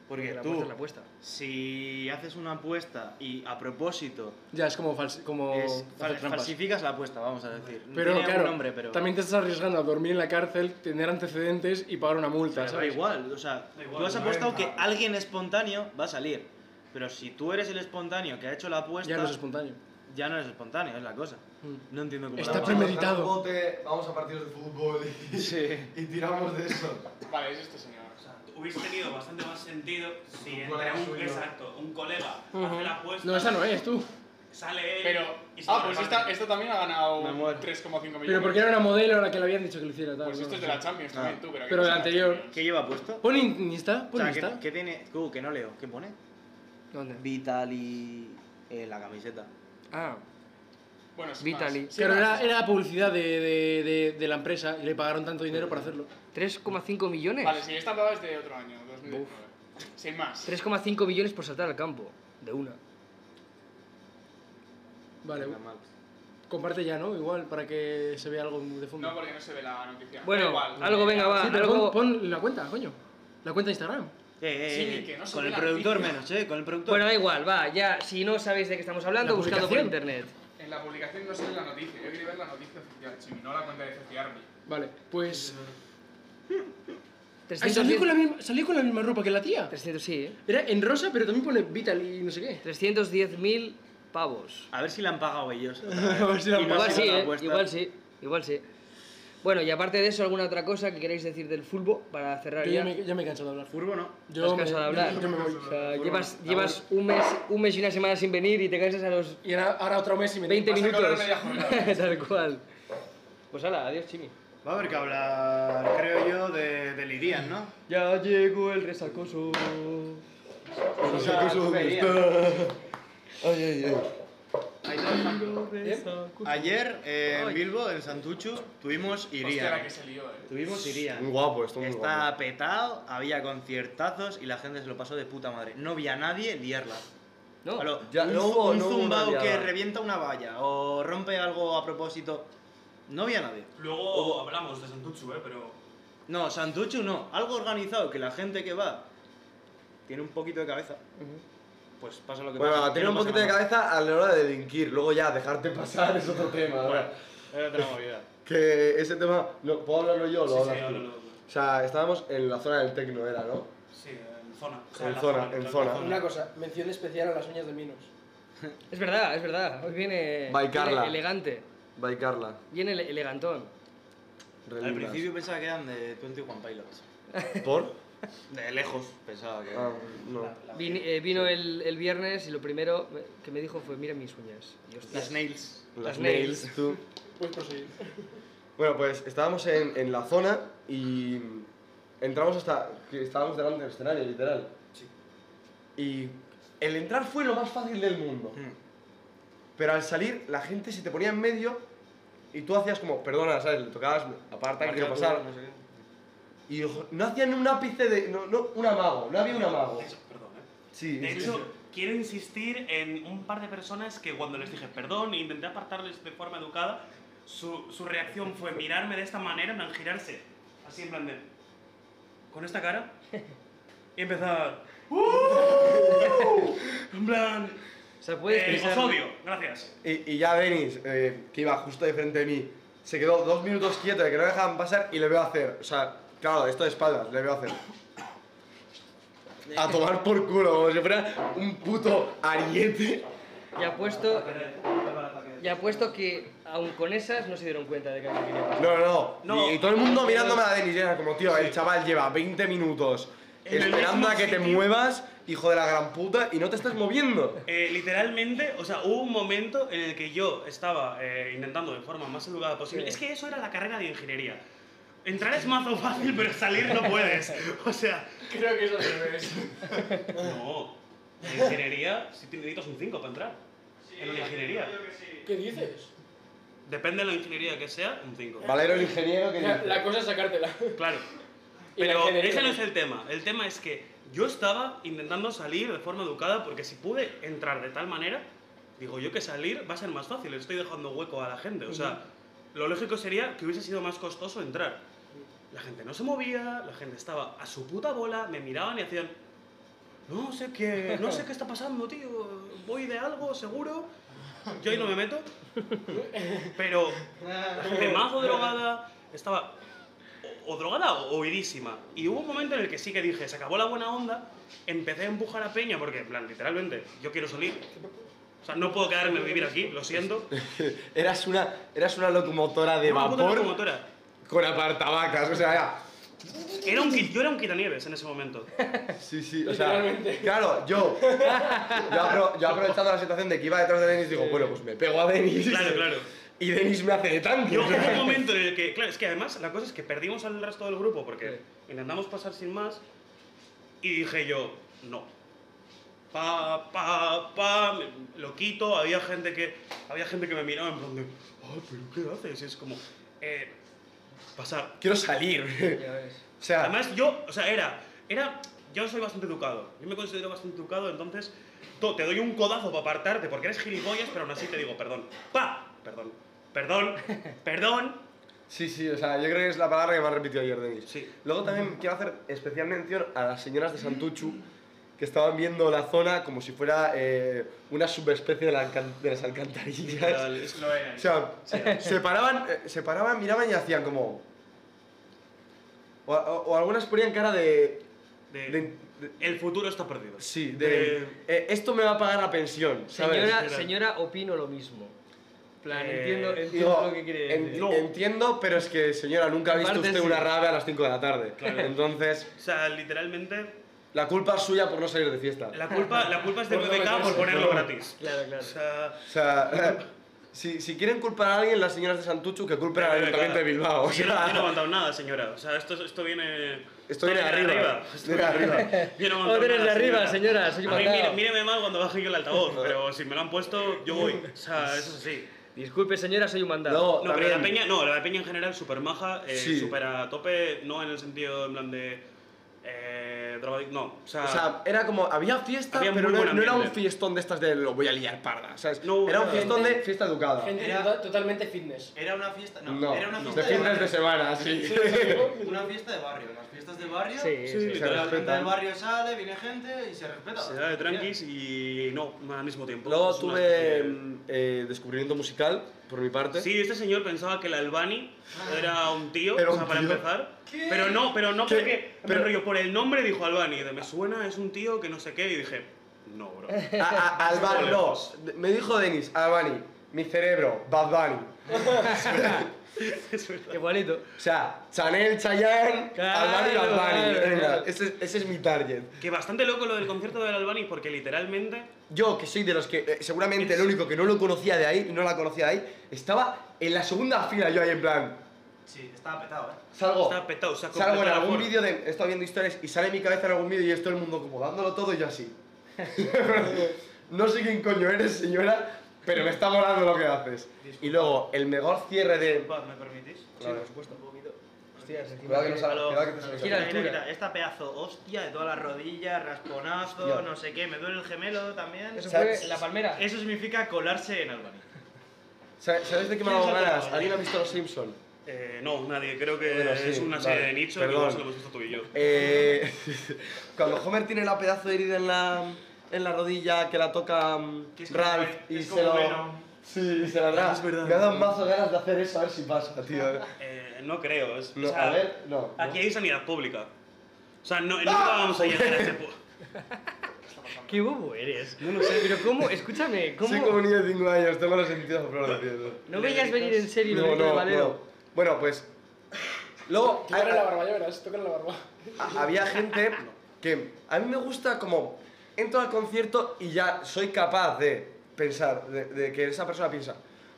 S2: Porque
S1: Porque la apuesta
S2: tú,
S1: es la apuesta.
S2: si haces una apuesta y a propósito
S3: Ya, es como, fals- como
S2: es-
S3: hacer
S2: fal-
S3: trampas.
S2: falsificas la apuesta, vamos a decir. No
S3: Pero
S2: tiene
S3: claro,
S2: un nombre, pero
S3: también te estás arriesgando a dormir en la cárcel, tener antecedentes y pagar una multa,
S2: pero da
S3: ¿sabes?
S2: igual, o sea,
S5: Da igual,
S2: tú has
S5: no
S2: apostado que
S5: entra.
S2: alguien espontáneo va a salir. Pero si tú eres el espontáneo que ha hecho la apuesta,
S3: Ya no es espontáneo.
S2: ya no eres espontáneo, es la cosa.
S3: Mm.
S2: No entiendo cómo
S3: Está
S2: la-
S6: Vamos a
S3: premeditado.
S6: lanzar un bote, vamos a partidos de fútbol y,
S2: Sí.
S6: y tiramos de eso.
S4: Vale, es este señor.
S5: O sea, hubiese tenido bastante más sentido si
S6: Un
S5: entre
S6: colega
S5: un,
S6: suyo.
S5: exacto, un colega hace la apuesta,
S3: No, esa no es, tú.
S5: sale él
S4: Pero.
S5: y se
S4: Ah,
S5: lo
S4: pues
S5: reparte.
S4: esta, esta también ha ganado
S2: Me muero.
S4: 3,5 millones.
S3: Pero porque era una modelo a la que le habían dicho que lo hiciera. Tal,
S4: Pues
S3: no
S4: esto es de
S3: sé.
S4: la Champions
S2: Ah.
S4: también, tú, pero.
S3: Pero
S4: que
S3: el
S4: no es la
S3: anterior-
S4: Champions.
S2: ¿Qué lleva puesto?
S3: Pon in- Insta,
S2: O
S3: pon
S2: sea, ¿qué,
S3: Insta.
S2: qué tiene? Uh, que no leo. ¿Qué pone?
S1: ¿Dónde?
S2: Vitali. eh, la camiseta.
S1: Ah,
S4: Bueno, sin
S1: Vitali.
S4: más.
S3: Pero era, era publicidad de, de, de, de la empresa y le pagaron tanto dinero para hacerlo.
S1: 3,5 millones.
S4: Vale, sí, esta pava es de otro año, 2019. Sin más.
S1: 3,5 millones por saltar al campo. De una.
S3: Vale,
S2: Está mal.
S3: comparte ya, ¿no? Igual, para que se vea algo de fondo.
S4: No, porque no se ve la noticia. Da
S1: Bueno,
S4: igual, Eh,
S1: algo venga, va.
S3: Sí, pero
S1: algo-
S3: pon, pon la cuenta, coño. La cuenta de Instagram.
S2: Eh, eh,
S4: Sí,
S2: eh,
S4: que no se
S2: con
S4: ve
S2: el
S4: la
S2: productor
S4: noticia.
S2: menos, eh, con el productor.
S1: Bueno, da igual, va, ya, si no sabéis de qué estamos hablando,
S3: ¿La
S1: buscadlo por
S3: publicación?
S1: internet.
S4: En la publicación no se ve la noticia. Yo quería ver la noticia oficial, Chimi, no la cuenta de Ceci Army.
S3: Vale, pues. Ay,
S1: 310,
S3: salió, Ah, con la misma, salió con la misma ropa que la tía.
S1: 300, sí, ¿eh?
S3: Era en rosa, pero también pone Vital y no sé qué.
S1: 310.000 pavos.
S2: A ver si la han pagado ellos.
S3: A ver si la
S2: Y
S3: han
S2: no ha
S1: Igual
S2: sido
S1: sí,
S2: la
S1: ¿eh?
S2: apuesta.
S1: igual sí, igual sí. Bueno, y aparte de eso, ¿alguna otra cosa que queréis decir del fútbol para cerrar
S3: Yo
S1: ya?
S3: ya me, ya me he cansado de hablar.
S2: Furbo no.
S1: ¿Te has cansado de hablar?
S3: yo me voy.
S1: O sea,
S2: Fútbol,
S1: llevas,
S2: no.
S1: llevas un, mes, un mes y una semana sin venir y te cansas a los
S3: Y ahora, ahora otro mes y me
S1: 20
S4: Vas a cobrar
S1: minutos.
S4: media jornada.
S1: Tal cual. Pues hala, adiós, Chimi.
S2: Va a haber que hablar, creo yo, de, del Irian, ¿no?
S1: Ya llegó el resacoso.
S2: O sea, toca Irian.
S6: Ay, ay, ay.
S2: Ayer eh,
S1: Ay.
S2: en Bilbo, en Santuchu, tuvimos
S4: Hostia, la
S2: Irian.
S4: que se lió, eh.
S2: Tuvimos
S6: Muy
S2: Irian.
S6: guapo esto, muy
S2: Está
S6: guapo.
S2: petado, había conciertazos y la gente se lo pasó de puta madre. No vi a nadie liarla.
S1: No,
S2: A lo-
S6: ya,
S2: un,
S6: no hubo-
S2: un
S6: no hubo
S2: zumbao
S6: una
S2: que
S6: liada.
S2: revienta una valla o rompe algo a propósito. No vi a nadie.
S5: Luego hablamos de Santuchu, eh, pero.
S2: No, Santuchu no. Algo organizado que la gente que va tiene un poquito de cabeza. Pues pasa lo que pasa.
S6: Bueno, tener
S2: No
S6: un
S2: pasa
S6: poquito de
S2: nada.
S6: cabeza a la hora de delinquir, luego ya dejarte pasar es otro tema. ahora.
S2: Era otra movida.
S6: Que ese tema, no, ¿puedo hablarlo yo o lo
S5: Sí, sí,
S6: hablas tú?
S5: háblalo.
S6: O sea, estábamos en la zona del tecno, era, ¿no?
S5: Sí, en zona. O sea,
S6: En
S5: la
S6: zona, en
S5: la
S6: zona.
S3: Una cosa, mención especial a las uñas de Minos.
S1: Es verdad, es verdad. Hoy viene,
S6: By
S1: viene
S6: Carla.
S1: elegante.
S6: By Carla.
S1: Viene ele- elegantón.
S2: Al
S6: Relimas.
S2: principio pensaba que eran de 21 Pilots.
S6: ¿Por?
S2: De lejos pensaba que
S6: Ah, no.
S1: Vin- eh, vino el, el viernes y lo primero me- que me dijo fue, mira mis uñas. Y hostias,
S2: Las nails.
S1: Las nails.
S6: Tú.
S3: Pues proseguir.
S7: Bueno, pues estábamos en, en la zona y entramos hasta que estábamos delante del escenario, literal. Y el entrar fue lo más fácil del mundo.
S5: Hmm.
S7: Pero al salir, la gente se te ponía en medio y tú hacías como, perdona, ¿sabes? Le tocabas, aparta, que quiero pasar. Y ojo, no hacían un ápice de. No, no, un amago, no había un amago.
S5: Eso, perdón, ¿eh?
S7: Sí,
S5: De
S7: sí, sí.
S5: hecho, quiero insistir en un par de personas que cuando les dije perdón e intenté apartarles de forma educada, su, su reacción fue mirarme de esta manera, en plan, girarse, así en plan de... Con esta cara. Y empezar... "¡Uh!". En plan...
S1: O sea, puedes
S5: Eh, os
S1: pisar-
S5: odio, gracias.
S7: Y, y ya Denis, eh, que iba justo de frente de mí, se quedó dos minutos quieto de que no me dejaban pasar y le veo hacer. O sea, claro, esto de espaldas, le veo hacer. A tomar por culo, como si fuera un puto ariete.
S1: Y apuesto,
S5: Eh,
S1: y apuesto que, aun con esas, no se dieron cuenta de que alguien quería pasar.
S7: No, no, no.
S5: No. Eh,
S7: Y, y todo el mundo mirándome a Denis, y era como, tío, el chaval lleva 20 minutos
S5: En el
S7: esperando a
S5: mismo
S7: que te
S5: sitio.
S7: muevas, hijo de la gran puta, y no te estás moviendo.
S5: Eh, literalmente, o sea, hubo un momento en el que yo estaba eh, intentando de forma más educada posible. Es que eso era la carrera de ingeniería. Entrar es mazo fácil, pero salir no puedes. O sea,
S4: Creo que eso es al revés.
S5: no. En ingeniería, si te necesitas un 5 para entrar. en una ingeniería.
S4: ¿Qué dices?
S5: Depende de la ingeniería que sea, un 5.
S7: Valero, el ingeniero, que
S4: La,
S7: dice,
S4: la cosa es sacártela.
S5: Claro.
S4: Y la
S5: Pero
S4: ingeniería
S5: ese no es
S4: también.
S5: el tema. El tema es que yo estaba intentando salir de forma educada porque si pude entrar de tal manera, digo yo que salir va a ser más fácil. Estoy dejando hueco a la gente. O sea, lo lógico sería que hubiese sido más costoso entrar. La gente no se movía, la gente estaba a su puta bola, me miraban y hacían... No sé qué, no sé qué está pasando, tío. Voy de algo, seguro. Yo ahí no me meto. Pero la gente mazo drogada, estaba o, o drogada o, o irísima. Y hubo un momento en el que sí que dije, se acabó la buena onda, empecé a empujar a Peña porque, en plan, literalmente, yo quiero salir. O sea, no puedo quedarme a vivir aquí, lo siento.
S7: eras una, eras una locomotora de
S5: Una puta
S7: vapor
S5: locomotora.
S7: con apartabacas, o sea, era-
S5: Era un, qui- yo era un quitanieves en ese momento.
S7: Sí, sí, o sea, claro, yo, yo, apro- yo aprovechando la situación de que iba detrás de Denis, digo, bueno, pues me pego a Denis
S5: Claro, claro.
S7: y Denis me hace de tanque.
S5: Yo hubo un momento en el que, claro, es que además la cosa es que perdimos al resto del grupo porque intentamos pasar sin más y dije yo, no. Pa, pa, pa, me- lo quito, había gente que, había gente que me miraba en plan de, ay, pero ¿qué haces? Y es como, eh, pasar.
S7: Quiero salir.
S1: Ya ves.
S7: O sea,
S5: Además yo, o sea, era, era, yo soy bastante educado, yo me considero bastante educado, entonces to- te doy un codazo para apartarte porque eres gilipollas, pero aún así te digo, perdón, pa, perdón, perdón, perdón.
S7: sí, sí, o sea, yo creo que es la palabra que más repitió ayer Denis.
S5: Sí.
S7: Luego también quiero hacer especial mención a las señoras de Santuchu que estaban viendo la zona como si fuera eh, una subespecie de, la alcan- de las alcantarillas.
S5: Literal, es-
S2: Lo era.
S7: O sea, se paraban, eh, se paraban, miraban y hacían como... O, o- o algunas ponían cara de...
S5: de-
S7: de- de-
S5: el futuro está perdido.
S7: sí, de...
S5: de-
S7: eh, esto me va a pagar la pensión, ¿sabes?
S1: Señora,
S5: Espera.
S1: señora, opino lo mismo. Plan,
S5: Eh,
S1: entiendo, entiendo
S7: Digo,
S1: lo que quiere
S7: en-
S1: decir.
S5: No.
S7: Entiendo, pero es que, señora, nunca ha visto
S1: Aparte,
S7: usted
S1: sí.
S7: una rave a las 5 de la tarde. Entonces,
S5: O sea, literalmente,
S7: la culpa es suya por no salir de fiesta.
S5: la culpa, la culpa es de
S4: Por no
S5: BBK por
S4: meterse,
S5: ponerlo gratis.
S1: Claro,
S5: O
S1: claro.
S5: sea,
S7: O sea, si, si quieren culpar a alguien, las señoras de Santuchu, que culpen al
S5: BBK.
S7: Ayuntamiento de Bilbao. O
S5: Yo no, yo no he
S7: sea,
S5: aguantado nada, señora. O sea, esto, esto viene.
S7: esto viene de
S5: esto
S7: arriba.
S5: Esto
S7: Esto viene de arriba.
S5: Yo no he aguantado
S1: Órdenes de
S5: nada,
S1: arriba, señora, soy
S5: A mí,
S1: mandado.
S5: mire- míreme mal cuando baje yo el altavoz, pero si me lo han puesto, yo voy. O sea, eso es así.
S1: Disculpe, señora, soy un mandado.
S7: Luego,
S5: No, pero la
S7: también-
S5: peña, no, la peña en general súper maja, eh,
S7: Sí.
S5: súper a tope, no en el sentido en plan de. Eh, drogadic- no, o sea.
S7: O sea, era como, había fiesta,
S5: Había
S7: pero
S5: muy
S7: no,
S5: buen
S7: no era un
S5: ambiente.
S7: fiestón de estas de lo voy a liar parda. ¿sabes?
S5: No,
S7: era un
S5: no.
S7: fiestón de fiesta educada.
S8: Gente
S2: Era-
S8: to- totalmente fitness.
S2: Era una fiesta. No,
S7: No,
S2: era una
S7: de
S2: fiesta.
S7: fines de
S2: barrio.
S7: semana, sí.
S2: Una fiesta de barrio. Las fiestas de barrio.
S1: Sí, sí.
S2: La
S7: Se
S2: gente
S7: respetan.
S2: del barrio sale, viene gente y se respeta.
S5: Se da de tranquis y no al mismo tiempo.
S7: Luego
S5: Es una
S7: tuve
S5: especie de-
S7: mm, eh, descubrimiento musical, por mi parte.
S5: Sí, este señor pensaba que el Albani era un tío,
S7: Era
S5: o sea,
S7: un
S5: para
S7: tío.
S5: empezar. Pero no, pero no
S7: ¿Qué?
S5: porque.
S7: Pero-
S5: Pero rollo, por el nombre dijo Albani, de, me suena, es un tío que no sé qué, y dije, no, bro.
S7: A- a- Albani, no. Me dijo Denis, Albani, mi cerebro, Bad Bunny.
S5: Es verdad.
S1: Qué bonito.
S7: O sea, Chanel, Chayanne,
S1: Claro,
S7: Albani, Bad Bunny.
S1: claro,
S7: Venga,
S1: claro.
S7: Ese, es- ese es mi target.
S5: Que bastante loco lo del concierto del Albani, porque literalmente.
S7: Yo, que soy de los que, eh, seguramente el único que no lo conocía de ahí, no la conocía de ahí, estaba en la segunda fila yo ahí en plan...
S2: Sí, estaba petado, ¿eh?
S7: Salgo.
S5: Está petado, se ha
S7: Salgo en
S5: completado el
S7: algún
S5: aforo.
S7: vídeo de. He estado viendo historias y sale en mi cabeza en algún vídeo y es todo el mundo como dándolo todo y yo así. no sé quién coño eres, señora, pero me está molando lo que haces. Y luego, el mejor cierre de.
S2: Disculpad, ¿me permitís?
S7: Claro.
S2: supuesto. Un poquito.
S1: Hostias, encima
S7: Cuidado que no
S1: de-
S7: salga.
S2: Aló.
S7: cuidado que te salga.
S1: Gira
S2: Mira, mira,
S1: altura.
S2: mira, esta pedazo hostia de todas las rodillas, rasponazo,
S7: Hostia.
S2: no sé qué, me duele el gemelo también.
S1: Eso
S2: Eso,
S1: fue la palmera.
S2: significa colarse en Albany.
S7: ¿Sabe- ¿Sabes de qué me
S5: ¿Quién es
S7: hago
S5: el
S7: ganas?
S5: culpable?
S7: ¿Alguien ha visto Los Simpson?
S5: Eh, no, nadie. Creo que
S7: Bueno,
S5: es
S7: sí,
S5: una serie
S7: vale,
S5: de nicho
S7: perdón.
S5: que igual solo hemos visto tú y yo.
S7: Eh, cuando Homer tiene la pedazo de herida en la, en la rodilla que la toca mm,
S2: Que es como
S7: Ralph
S2: Ven-
S7: y
S2: es
S7: se
S2: como
S7: lo.
S2: Venom.
S7: Sí, y se la da.
S5: Es verdad.
S7: Me ha dado un mazo ganas de hacer eso, a ver si pasa, tío.
S5: Eh, no creo. Es,
S7: No,
S5: o sea,
S7: a ver, no. no.
S5: Aquí hay sanidad pública. O sea, no, nunca vamos a llegar a ese punto.
S1: Qué bobo eres. No lo sé, pero ¿cómo? Escúchame,
S7: Soy como un
S1: ¿cómo?
S7: niño de 5 años, tengo los sentidos a flor de piel.
S1: ¿No veías venir en serio el
S7: No,
S1: grito de
S7: no, no.
S1: Valero?
S7: Bueno, pues. Luego,
S1: Ah,
S7: a-
S4: Tócale la barba, ya verás, tócale la barba.
S7: a- había gente que. A mí me gusta como. Entro al concierto y ya soy capaz de pensar, de, de que esa persona piensa.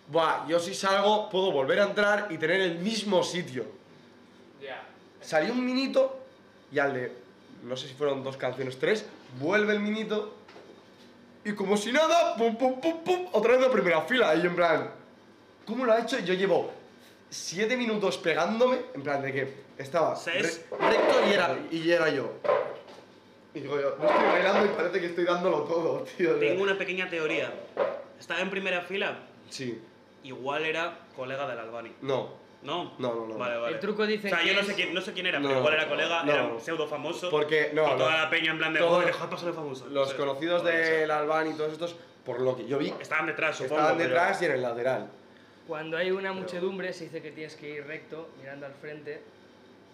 S7: Buah, yo si salgo puedo volver a entrar y tener el mismo sitio.
S4: Ya.
S7: Salió un minito y al de. No sé si fueron dos canciones, tres. Vuelve el minito y como si nada, pum, pum, pum, pum, otra vez la primera fila. Y en plan, ¿cómo lo ha hecho? Yo llevo siete minutos pegándome, en plan de que estaba re-
S5: ¿Sabes?
S7: recto y era, y era yo. Y digo yo, no estoy bailando y parece que estoy dándolo todo, tío. de-
S5: Tengo una pequeña teoría. Estaba en primera fila,
S7: Sí,
S5: igual era colega del Albani.
S7: no.
S5: ¿No?
S7: No, no, no.
S5: Vale, vale.
S1: El truco dice
S5: O sea, yo
S1: que
S5: no sé
S1: es-
S5: quién, no sé quién era,
S7: No,
S5: pero igual era colega,
S7: no.
S5: era un pseudo famoso.
S7: Porque, no,
S5: y toda
S7: no.
S5: la peña en plan de,
S7: Todo-
S5: joder, dejad pasar el famoso.
S7: Los
S5: Sí.
S7: conocidos
S5: Podría ser.
S7: del Albán y todos estos, por lo que yo vi,
S5: Estaban detrás, supongo.
S7: estaban
S5: pero-
S7: detrás y en el lateral.
S1: Cuando hay una muchedumbre se dice que tienes que ir recto, mirando al frente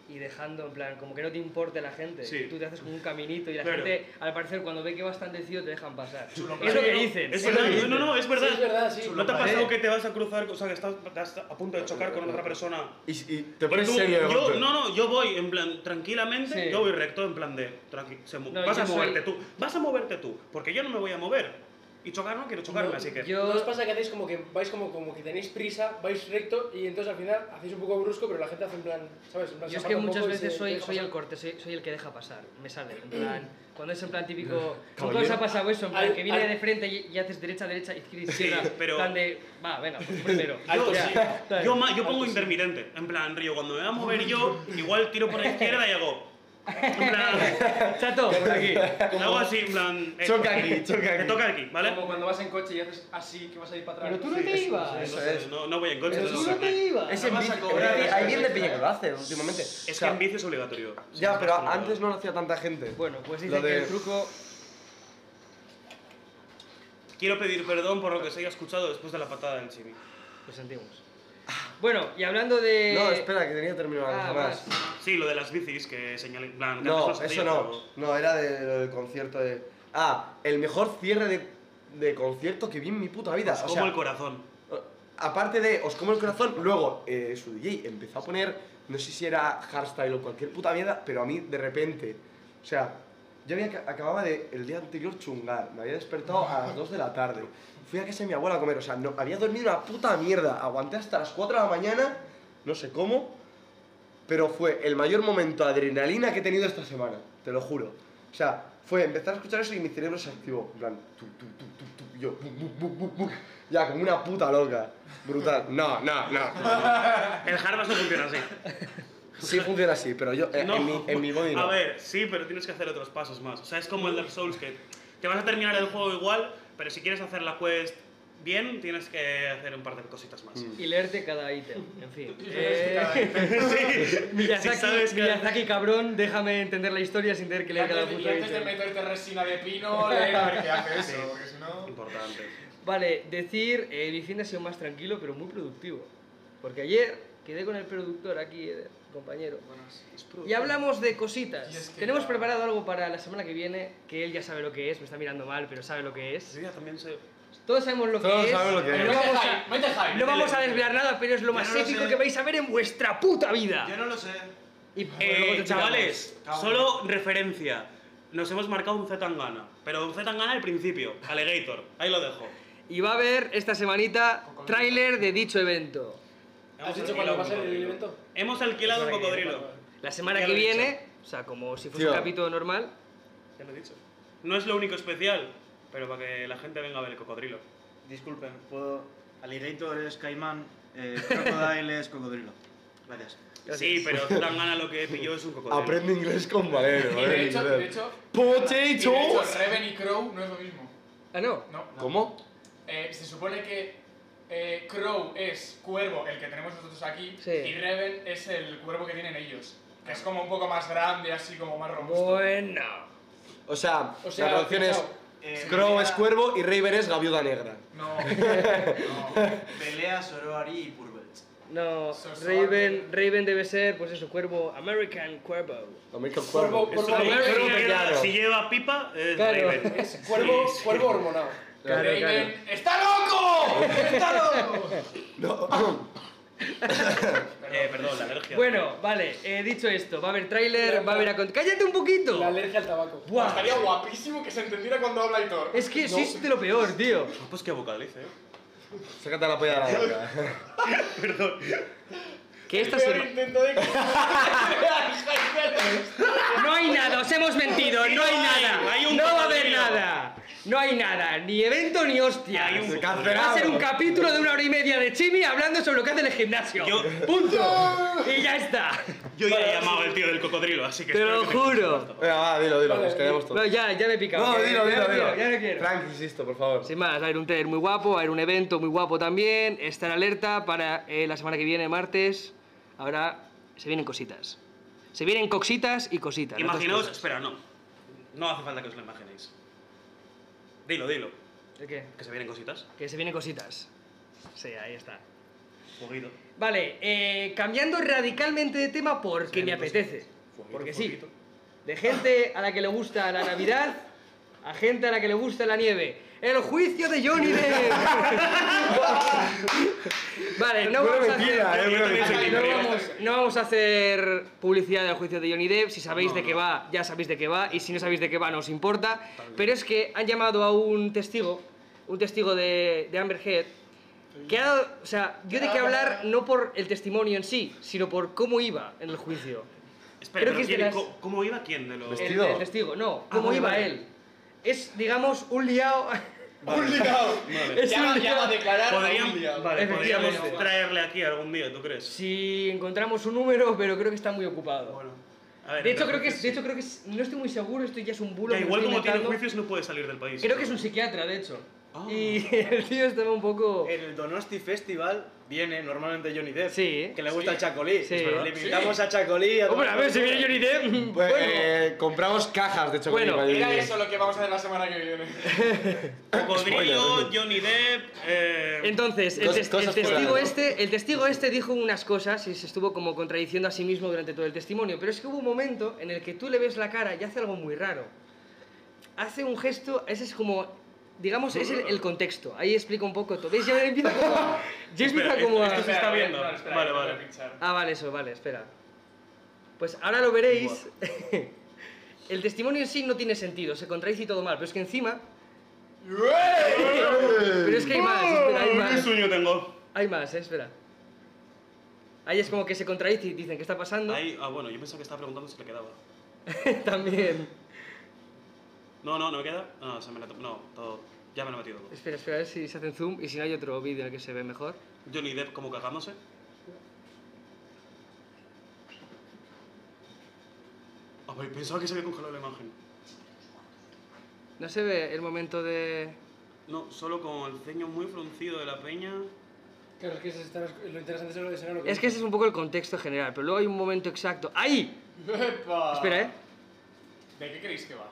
S1: y dejando en plan, como que no te importe la gente.
S5: Sí.
S1: Tú te haces como un caminito y la
S5: Claro.
S1: gente, al parecer, cuando ve que vas tan decidido, te dejan pasar. es lo que dicen.
S5: Es
S1: es lo
S5: verdad,
S1: que
S5: no,
S1: dicen.
S5: no, no, es verdad.
S4: Sí, es verdad, sí.
S5: ¿No te ha
S1: Vale.
S5: pasado que te vas a cruzar, o sea, que estás, estás a punto de chocar con otra persona?
S7: Y, y te
S5: Y
S7: pones
S5: tú-
S7: serio de
S5: yo,
S7: golpe.
S5: no, no, yo voy en plan tranquilamente,
S1: Sí.
S5: yo voy recto en plan de tranqui, se mu-
S1: No,
S5: vas
S1: yo
S5: a moverte
S1: soy-
S5: tú, vas a moverte tú, porque yo no me voy a mover y chocar no quiero chocarme,
S8: No,
S5: así que
S1: Yo-
S8: ¿No os pasa que hacéis como que vais como, como que tenéis prisa, vais recto y entonces al final hacéis un poco brusco, pero la gente hace en plan, ¿sabes? En plan, se
S1: Yo es
S8: aparta
S1: que
S8: un
S1: muchas
S8: poco y
S1: veces
S8: se-
S1: soy,
S8: deja
S1: soy el
S8: pasar.
S1: corte, soy, soy el que deja pasar, me sale, en plan, cuando es en plan típico, cuando
S7: Caballero.
S1: os ha pasado eso, en plan,
S8: Al-
S1: que viene
S8: al-
S1: de frente y, y haces derecha, derecha, izquierda,
S5: Sí,
S1: izquierda,
S5: pero-
S1: en plan de, va, venga, pues primero,
S8: Alto
S1: Ya,
S8: sí.
S1: ¿sabes?
S5: yo, ma- yo pongo intermitente, en plan río, cuando me voy a mover yo, igual tiro por la izquierda y hago en plan,
S1: chato, por aquí,
S5: hago así, en plan eh,
S7: Choca aquí, choca
S5: te
S7: aquí.
S5: toca aquí, ¿vale?
S4: Como cuando vas en coche y haces así, que vas a ir para
S1: pero
S4: atrás.
S1: tú no te ibas,
S7: eso
S5: Entonces,
S7: es.
S5: No, no voy en coche,
S1: pero tú
S5: entonces,
S1: no te ibas.
S7: Es en
S2: vas a
S7: bici,
S2: cobrar
S7: pero
S2: esas
S7: hay alguien de
S2: cosas,
S7: Peña que lo hace últimamente.
S5: es
S7: O sea,
S5: que en bici es obligatorio. Sí,
S7: Ya,
S5: es
S7: pero
S5: obligatorio.
S7: antes no lo hacía tanta gente.
S1: Bueno, pues
S7: Lo
S1: dicen que
S7: de-
S1: el truco,
S5: Quiero pedir perdón por lo que os haya escuchado después de la patada del Chimi.
S1: lo sentimos. Bueno, y hablando de...
S5: eh,
S7: No, espera, que tenía que terminar
S1: Ah,
S7: algo más.
S1: vas.
S5: Sí, lo de las bicis que señalé, en plan, que
S7: No,
S5: antes las
S7: eso
S5: hacía,
S7: no.
S5: pero-
S7: No, era de lo del concierto de. Ah, el mejor cierre de, de concierto que vi en mi puta vida.
S5: Es
S7: o
S5: como
S7: sea,
S5: el corazón.
S7: aparte de Os como el corazón, luego eh, su DJ empezó a poner, no sé si era hardstyle o cualquier puta mierda, pero a mí de repente, o sea, yo había, ca- acababa de el día anterior chungar, me había despertado a las 2 de la tarde, fui a casa de mi abuela a comer, o sea, no, había dormido una puta mierda, aguanté hasta las 4 de la mañana, no sé cómo, pero fue el mayor momento de adrenalina que he tenido esta semana, te lo juro. O sea, fue empezar a escuchar eso y mi cerebro se activó. En plan, tu, tu, tu, tu, tu, y yo, bu, bu, bu, bu, bu. ya, como una puta loca. Brutal. No, no, no.
S5: El hardbass no funciona así.
S7: Sí funciona así, pero yo, eh,
S5: No.
S7: en, mi, en mi body no.
S5: A ver, sí, pero tienes que hacer otros pasos más. O sea, es como el Dark Souls que te vas a terminar el juego igual, pero si quieres hacer la quest bien, tienes que hacer un par de cositas más.
S7: Mm.
S1: Y leerte cada ítem, en fin.
S4: leerte cada
S1: Eh,
S5: Sí,
S1: Miyazaki,
S5: si sabes que-
S1: Miyazaki, cabrón, déjame entender la historia sin tener que
S4: Y
S1: leer cada
S4: antes, de- y
S1: puto
S4: antes de
S1: ítem.
S4: meterte resina de pino, lee a ver qué haces.
S6: Eso, porque si no.
S5: Importante.
S1: Vale, decir, eh, mi fin ha sido más tranquilo, pero muy productivo. Porque ayer quedé con el productor aquí, eh, compañero. Y hablamos de cositas.
S4: Y es que
S1: Tenemos
S4: ya-
S1: preparado algo para la semana que viene, que él ya sabe lo que es, me está mirando mal, pero sabe lo que es.
S5: Sí, ya también sé.
S1: Todos sabemos lo
S7: Todos
S1: que
S7: saben
S1: es.
S7: lo que
S1: pero
S7: es.
S1: No
S4: Mete
S1: vamos,
S4: hype,
S1: a,
S4: mete hype.
S1: no vamos a desvelar nada, pero es lo
S2: Yo
S1: más
S2: no lo
S1: épico
S2: sé.
S1: que vais a ver en vuestra puta
S2: Yo
S1: vida.
S2: no lo sé.
S1: Y
S5: Eh,
S1: luego te
S5: chavales,
S2: Cabrón.
S5: solo referencia. Nos hemos marcado un Zetangana, pero un Zetangana al principio, Alligator, ahí lo dejo.
S1: Y va a haber esta semanita tráiler de dicho evento.
S8: ¿Has dicho
S5: alquilado
S8: cuándo va
S5: un
S8: a ser el
S5: cocodrilo.
S8: evento?
S5: Hemos alquilado un cocodrilo.
S1: La semana
S5: Ya
S1: que
S5: lo he
S1: viene, o sea, como si fuese
S7: Tío.
S1: un capítulo normal,
S5: Ya lo he dicho. No es lo único especial, pero para que la gente venga a ver el cocodrilo.
S2: Disculpen, puedo. Alligator es caimán, eh, crocodile es cocodrilo. Gracias.
S5: Sí, pero gana lo que pilló es un cocodrilo.
S7: Aprende inglés con Valero,
S4: Y
S7: eh.
S4: de hecho, y de
S7: inglés.
S4: hecho, y de hecho,
S7: ¡Potatoes!
S4: Reven y Crow no es lo mismo.
S1: Ah, no.
S4: No.
S7: ¿Cómo?
S4: Eh, se supone que eh, Crow es cuervo, el que tenemos nosotros aquí,
S1: Sí.
S4: y Reven es el cuervo que tienen ellos. Que es como un poco más grande, así como más robusto.
S1: Bueno.
S7: O sea,
S8: O sea,
S7: la traducción es
S8: cuidado.
S2: Eh,
S7: Crow
S2: pelea-
S7: es cuervo y Raven es gaviota negra.
S4: No,
S2: No, pelea Soroari y Purbelt.
S1: No,
S4: So- so-
S1: Raven, Raven debe ser, pues eso, cuervo, American Cuervo.
S7: American
S8: Cuervo,
S7: cuervo.
S5: Eso
S8: cuervo,
S5: de-
S1: American
S5: creo que
S7: Claro.
S5: era- si lleva pipa, es
S1: Claro.
S5: Raven.
S8: es cuervo,
S5: Sí, sí.
S8: cuervo hormonado.
S4: Raven está loco. Está loco.
S5: Eh, perdón, la alergia.
S1: Bueno, vale, eh, dicho esto, va a haber tráiler, va a haber... acon- ¡Cállate un poquito!
S8: La alergia al tabaco.
S1: Buah.
S4: Estaría guapísimo que se entendiera cuando habla Hitor.
S1: Es que sois de lo peor, tío.
S5: Pues que vocalice, eh.
S7: Sácate la polla de la boca.
S5: Perdón.
S1: Que esta
S4: El peor
S1: semana...
S4: intento de que-
S1: No hay nada, os hemos mentido, no hay
S5: No hay,
S1: nada.
S5: hay un
S1: no va a haber
S5: cocodrilo.
S1: nada. No hay nada, ni evento ni hostia.
S5: Hay un
S7: Se
S5: cocodrilo.
S1: Va a ser un
S7: cancelado.
S1: capítulo de una hora y media de Chimi hablando sobre lo que hace en el gimnasio.
S5: Yo-
S1: ¡Punto! y ya está.
S5: Yo ya he llamado al tío del cocodrilo, así que.
S1: Te
S5: espero
S1: lo
S5: que me conteste
S1: juro.
S5: pronto.
S7: Venga, va, dilo, dilo,
S8: Vale,
S7: nos quedamos
S1: No,
S7: todos.
S1: ya, ya me he picado.
S7: No,
S1: Ya-
S7: dilo,
S1: ya
S7: dilo,
S1: no quiero,
S7: dilo.
S1: Ya no quiero.
S7: Frank, insisto, por favor.
S1: Sin más, va a haber un trailer muy guapo, va a haber un evento muy guapo también. Estar alerta para eh, la semana que viene, martes. Ahora se vienen cositas. Se vienen coxitas y cositas. las dos
S5: Imaginaos,
S1: cosas.
S5: espera, no. No hace falta que os lo imaginéis. Dilo, dilo.
S1: ¿El qué?
S5: Que se vienen cositas.
S1: Que se vienen cositas. Sí, ahí está.
S5: Juguito.
S1: Vale, eh, cambiando radicalmente de tema porque me
S5: vienen
S1: apetece.
S5: Fueguito,
S1: Porque sí.
S5: fueguito.
S1: De gente a la que le gusta la Navidad, a gente a la que le gusta la nieve. El juicio de Johnny Depp. vale, no
S7: Buena
S1: vamos a hacer...
S7: mentira, eh,
S5: Yo
S7: buena
S5: también soy
S7: mentira.
S1: No
S5: Pero-
S1: vamos, no vamos a hacer publicidad del juicio de Johnny Depp. Si sabéis de qué va, ya sabéis de qué va. Y si no sabéis de qué va, no os importa. Pero es que han llamado a un testigo, un testigo de, de Amber Heard, que ha dado- o sea, dio de qué hablar no por el testimonio en sí, sino por cómo iba en el juicio.
S5: Espera,
S1: Creo
S5: pero
S1: que es de
S5: ¿quién-
S1: las-
S5: co- ¿cómo iba quién de los.?
S1: El-
S7: ¿Vestido?
S1: El, testigo, no, cómo
S5: vale,
S1: iba
S5: vale.
S1: él. Es, digamos, un liao.
S4: Un ligado.
S5: Vale.
S1: Es
S4: Ya va-
S1: un
S4: ya
S1: liao.
S4: va a declarar. a un
S5: Podrían,
S4: ligado.
S5: vale,
S1: Efectivamente.
S5: podríamos traerle aquí algún día, ¿tú crees?
S1: Si encontramos un número, pero creo que está muy ocupado.
S5: A ver,
S1: De hecho,
S5: entonces,
S1: creo que es, de hecho, creo que es- no estoy muy seguro, esto ya es un bulo.
S5: Ya,
S1: me lo
S5: igual
S1: estoy
S5: como tiene Ah.
S1: inventando.
S5: juicios no puede salir del país.
S1: Creo que es un psiquiatra, de hecho. Y el tío estaba un poco...
S5: Eh,
S2: En el Donosti Festival viene normalmente Johnny Depp.
S1: Sí.
S2: Que le gusta el Chacolí.
S1: Sí.
S2: Le invitamos a Chacolí. A
S1: Hombre, a ver, si viene Johnny Depp...
S7: Pues,
S1: bueno.
S7: eh, compramos cajas de chocolate.
S1: Bueno,
S7: para
S4: Era
S7: Johnny.
S4: eso lo que vamos a hacer la semana que viene.
S5: Cocodrilo, Johnny Depp. Eh...
S1: Entonces, el,
S7: Cosas-
S1: tes-
S7: cosas
S1: el testigo
S7: fuera, ¿no?
S1: este, el testigo este dijo unas cosas y se estuvo como contradiciendo a sí mismo durante todo el testimonio, pero es que hubo un momento en el que tú le ves la cara y hace algo muy raro. Hace un gesto, ese es como, digamos, es el, el contexto. Ahí explica un poco todo. ¿Veis? Ya empieza como, a- ya
S5: Espera,
S1: empieza como a-
S5: esto se está viendo.
S4: No, espera,
S5: Vale,
S4: que tengo
S5: vale.
S4: que pinchar.
S1: Ah, vale, eso, vale, espera. Pues ahora lo veréis. El testimonio en sí no tiene sentido, se contradice y todo mal, pero es que encima... Pero es que hay más, espera, hay
S5: ¡Qué
S1: más.
S5: sueño tengo!
S1: Hay más, eh, espera. Ahí es como que se contradice y dicen, ¿qué está pasando?
S5: Ahí, ah, bueno, yo pensaba que estaba preguntando si le quedaba.
S1: También.
S5: No, no, no me queda. No, se me la to- No, todo. Ya me lo he metido todo.
S1: Espera, espera, a ver si se hacen zoom y si no hay otro vídeo en el que se ve mejor.
S5: Johnny Depp como cagándose. Ah, pero pensaba que se había congelado la imagen.
S1: No se ve el momento de...
S5: No, solo con el ceño muy fruncido de la peña.
S8: Claro, es que eso está- lo interesante es lo de será lo que
S1: Es que ese es un poco el contexto general, pero luego hay un momento exacto. ¡Ahí!
S4: ¡Epa!
S1: Espera, ¿eh?
S4: ¿De qué creéis que va?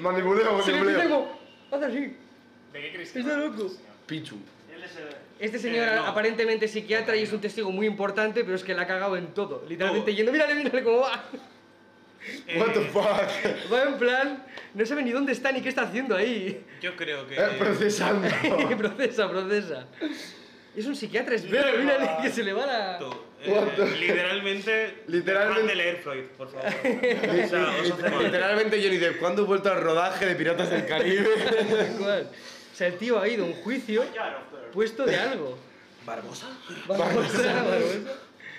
S7: Manipuleo,
S1: Se le empieza
S7: manipuleo.
S1: como... Haz así.
S4: ¿De qué creéis que
S1: Está
S4: va?
S1: loco.
S7: Pichu.
S1: Este señor
S5: Eh, no.
S1: aparentemente es psiquiatra y es un testigo muy importante, pero es que la ha cagado en todo. Literalmente yendo, mírale, mírale cómo va.
S7: What the
S5: Eh,
S7: fuck?
S1: Va en plan, no sabe ni dónde está ni qué está haciendo ahí.
S5: Yo creo que.
S7: Eh, procesando.
S1: procesa, procesa. Es un psiquiatra, espera, mírale que se le va la...
S5: Esto, eh, literalmente.
S7: Literalmente-
S5: dejad de leer Freud, por favor. o sea, os hace mal.
S7: Literalmente Johnny Depp, ¿cuándo he vuelto al rodaje de Piratas del Caribe?
S1: Tal cual. O sea, el tío ha ido a un juicio puesto de algo.
S2: ¿Barbosa?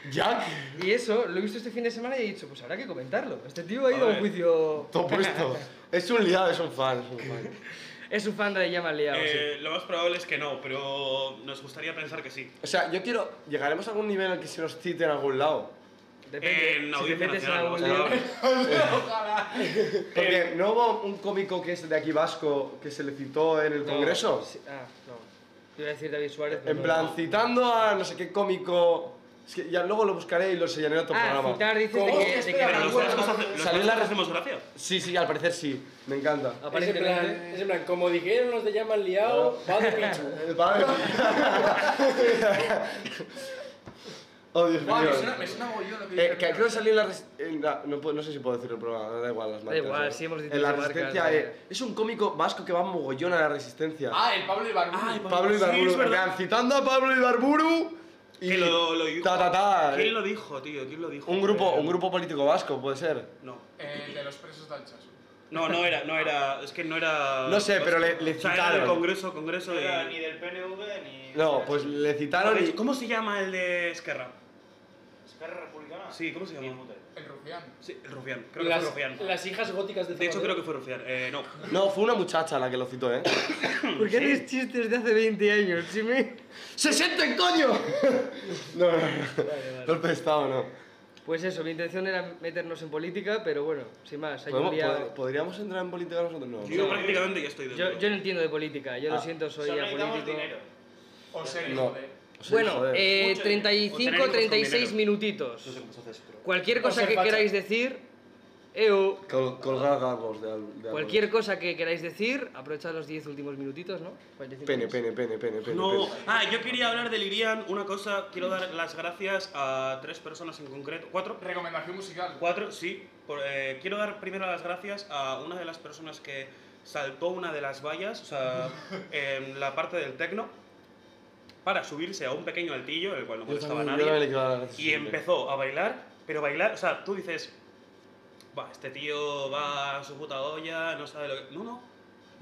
S7: Jack,
S1: Y eso, lo he visto este fin de semana y he dicho, pues habrá que comentarlo. Este tío ha ido a un
S5: Joder.
S1: juicio.
S7: todo puesto. Es un liado, es un fan. Es un fan.
S1: Es un fan de Llama al Liado, sí.
S5: Eh, Lo más probable es que no, pero nos gustaría pensar que sí.
S7: O sea, yo quiero. ¿Llegaremos a algún nivel al que se nos cite en algún lado?
S1: Depende.
S5: en
S1: si te
S5: Audiencia
S1: metes en
S5: Nacional,
S1: algún
S5: lo más
S1: lío.
S5: probable.
S7: Porque
S4: Eh,
S7: no hubo un cómico que es de aquí vasco que se le citó en el
S1: No,
S7: congreso.
S1: sí, ah, no. Te iba a decir David Suárez. pero
S7: En
S1: no. Ah,
S7: plan, citando a no sé qué cómico. Es que ya luego lo buscaré y lo enseñaré en otro
S1: Ah,
S7: programa.
S1: citar dices de
S8: ¿Cómo?
S1: que, de que
S8: Espera,
S7: Ah,
S5: Pero los
S8: Bueno,
S5: vascos
S8: salió
S5: hace- los
S7: la
S5: vascos
S7: re-
S5: hacemos gracia.
S7: Sí, sí, al parecer sí. Me encanta.
S8: Es en, plan,
S1: aparentemente.
S8: es en plan, como dijeron los de llaman
S1: Ah,
S8: liado, va de pincho.
S7: El padre. oh, Dios mío.
S4: Buah, me suena, me suena mogollón lo que
S7: Eh,
S4: dice
S7: que
S4: Pedro.
S7: creo que salió en la, res- en la- no, puedo- no sé si puedo decir el programa, da igual las marcas.
S1: igual,
S7: ¿no?
S1: sí hemos dicho
S7: En la
S1: marcas,
S7: resistencia
S1: vale.
S7: eh, es un cómico vasco que va mogollón a la resistencia.
S4: Ah, el Pablo Ibarburu.
S5: Ay,
S7: Pablo
S5: Sí,
S7: Ibarburu,
S5: es
S7: en
S5: verdad.
S7: plan, citando a Pablo Ibarburu y
S5: Que lo, lo dijo.
S7: ta ta ta. eh,
S5: ¿Quién lo dijo, tío? ¿Quién lo dijo?
S7: Un grupo,
S5: Eh,
S7: un grupo político vasco, puede ser.
S5: No.
S4: El de los presos del Chaso.
S5: No, no era, no era, es que no era...
S7: No sé, pero le- le
S5: O sea, era
S7: citaron.
S5: del congreso, congreso
S2: No era
S5: y...
S2: ni del PNV ni.
S7: No, pues le citaron y
S5: ¿Cómo se llama el de Esquerra?
S2: ¿Esquerra Republicana?
S5: Sí, ¿cómo se llama?
S2: Ni puta idea.
S4: El rufián.
S5: Sí, el Rufián, creo que fue
S8: Las,
S5: Rufián.
S8: las hijas góticas de
S5: De hecho,
S8: Zapatero.
S5: creo que fue Rufián, eh, no.
S7: No, fue una muchacha la que lo citó, ¿eh?
S1: ¿Por qué haces chistes de hace 20 años, Jimmy?
S7: ¡60, coño! no, no, no. Golpe de estado, no.
S1: Pues eso, mi intención era meternos en política, pero bueno, sin más. Hay un
S7: ¿Podemos-
S1: día-
S7: pod- ¿Podríamos entrar en política nosotros? No.
S5: Yo prácticamente ya estoy dentro.
S1: Yo, yo no entiendo de política, yo lo
S7: Ah.
S1: siento, soy
S2: Solo necesitamos
S1: apolítico.
S2: dinero.
S4: O ser
S7: No.
S4: hijo de.
S7: Sí,
S1: Bueno,
S7: joder.
S1: eh,
S2: Mucho dinero.
S5: O tener hijos
S1: 35,
S5: con
S1: 36
S5: dinero.
S1: minutitos.
S2: cómo se hace eso, pero-
S1: Cualquier
S8: O
S1: cosa
S8: ser
S1: que
S8: facha.
S1: queráis decir, eu,
S7: Col- colgar garros de, al- de
S1: cualquier cosa que queráis decir, aprovechad los 10 últimos minutitos, ¿no? Pues 45
S7: Pene,
S1: minutos.
S7: pene, pene, pene, pene.
S5: No,
S7: pene.
S5: ah, yo quería hablar del Irian, una cosa, quiero dar las gracias a tres personas en concreto, cuatro,
S4: Recomendación musical.
S5: Cuatro, sí. Por- eh, quiero dar primero las gracias a una de las personas que saltó una de las vallas, o sea, en la parte del tecno, para subirse a un pequeño altillo, el cual no
S7: Yo
S5: molestaba a
S7: también- yo también le
S5: nadie,
S7: quiero dar las gracias
S5: y
S7: siempre.
S5: empezó a bailar, pero bailar, o sea, tú dices, va, este tío va a su puta olla, no sabe lo que... No, no,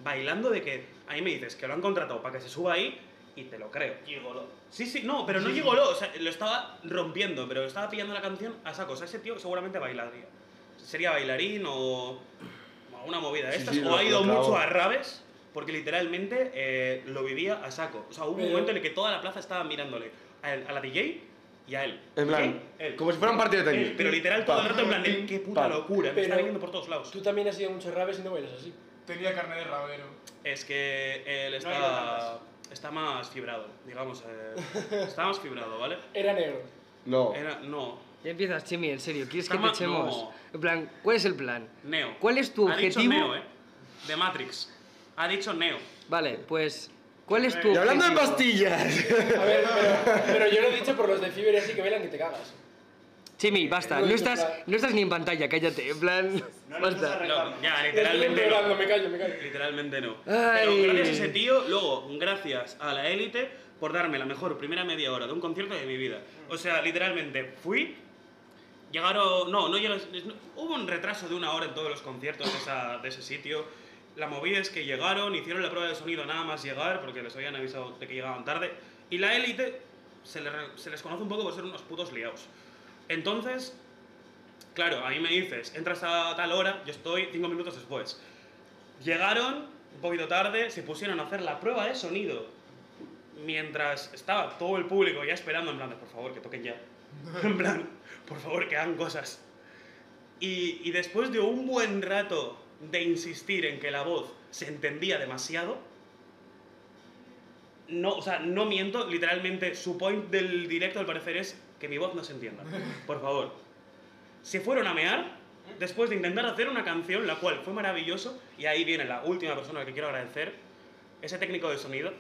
S5: bailando de que, ahí me dices que lo han contratado para que se suba ahí, y te lo creo.
S2: Gigolo.
S5: Sí, sí, no, pero no llegó lo, o sea, lo estaba rompiendo, pero estaba pillando la canción a saco. O sea, ese tío seguramente bailaría. Sería bailarín o o una movida de
S7: Sí,
S5: estas.
S7: sí,
S5: o
S7: lo-
S5: ha ido
S7: lo clavó.
S5: mucho a Rabes, porque literalmente eh, lo vivía a saco. O sea, hubo un
S8: Pero-
S5: momento en el que toda la plaza estaba mirándole a, él- a la DJ y a él.
S7: En plan,
S5: DJ, él.
S7: como si fuera un partido de tenis.
S5: Él, Pero literal todo
S7: Pa.
S5: el rato en plan, de, qué puta
S7: Pa.
S5: locura, me
S8: Pero-
S5: está viniendo por todos lados.
S8: Tú también has ido a muchos rabes y no bailas así.
S4: Tenía carne de rabero.
S5: Es que él
S2: No ha ido a
S5: está, está más fibrado, digamos. eh, está más fibrado, ¿vale?
S8: Era negro.
S7: No.
S5: Era, no,
S1: Ya empiezas, Chimi, en serio, ¿quieres que
S5: Calma,
S1: te echemos?
S5: no.
S1: En plan, ¿cuál es el plan?
S5: Neo.
S1: ¿Cuál es tu
S5: Ha dicho
S1: objetivo?
S5: Neo, ¿eh? De Matrix. Ha dicho Neo.
S1: Vale, pues, ¿cuál es tu
S7: Y hablando de
S1: objetivo?
S7: pastillas.
S8: A ver, pero, pero yo lo he dicho por los de Fiber y así que bailan que te cagas.
S1: Chimi, basta, no estás, no estás ni en pantalla, cállate, en plan,
S2: No nos estás
S1: basta.
S5: No,
S2: arreglando.
S5: ya,
S8: Estoy
S5: literalmente
S8: llorando,
S5: no.
S8: me callo, me callo.
S5: Literalmente no.
S1: Ay.
S5: Pero gracias a ese tío, luego, gracias a la élite por darme la mejor primera media hora de un concierto de mi vida. O sea, literalmente fui. Llegaron. No, no llegaron. no- Hubo un retraso de una hora en todos los conciertos de, esa- de ese sitio. La movida es que llegaron, hicieron la prueba de sonido nada más llegar, porque les habían avisado de que llegaban tarde. Y la élite se, le re- se les conoce un poco por ser unos putos liados. Entonces, claro, a mí me dices, entras a tal hora, yo estoy cinco minutos después. Llegaron un poquito tarde, se pusieron a hacer la prueba de sonido. Mientras estaba todo el público ya esperando, en plan, de, por favor, que toquen ya. En plan, por favor, que hagan cosas. Y, y después de un buen rato de insistir en que la voz se entendía demasiado, no, o sea, no miento, literalmente su point del directo al parecer es que mi voz no se entienda. Por favor. Se fueron a mear después de intentar hacer una canción, la cual fue maravilloso, y ahí viene la última persona a la que quiero agradecer, ese técnico de sonido.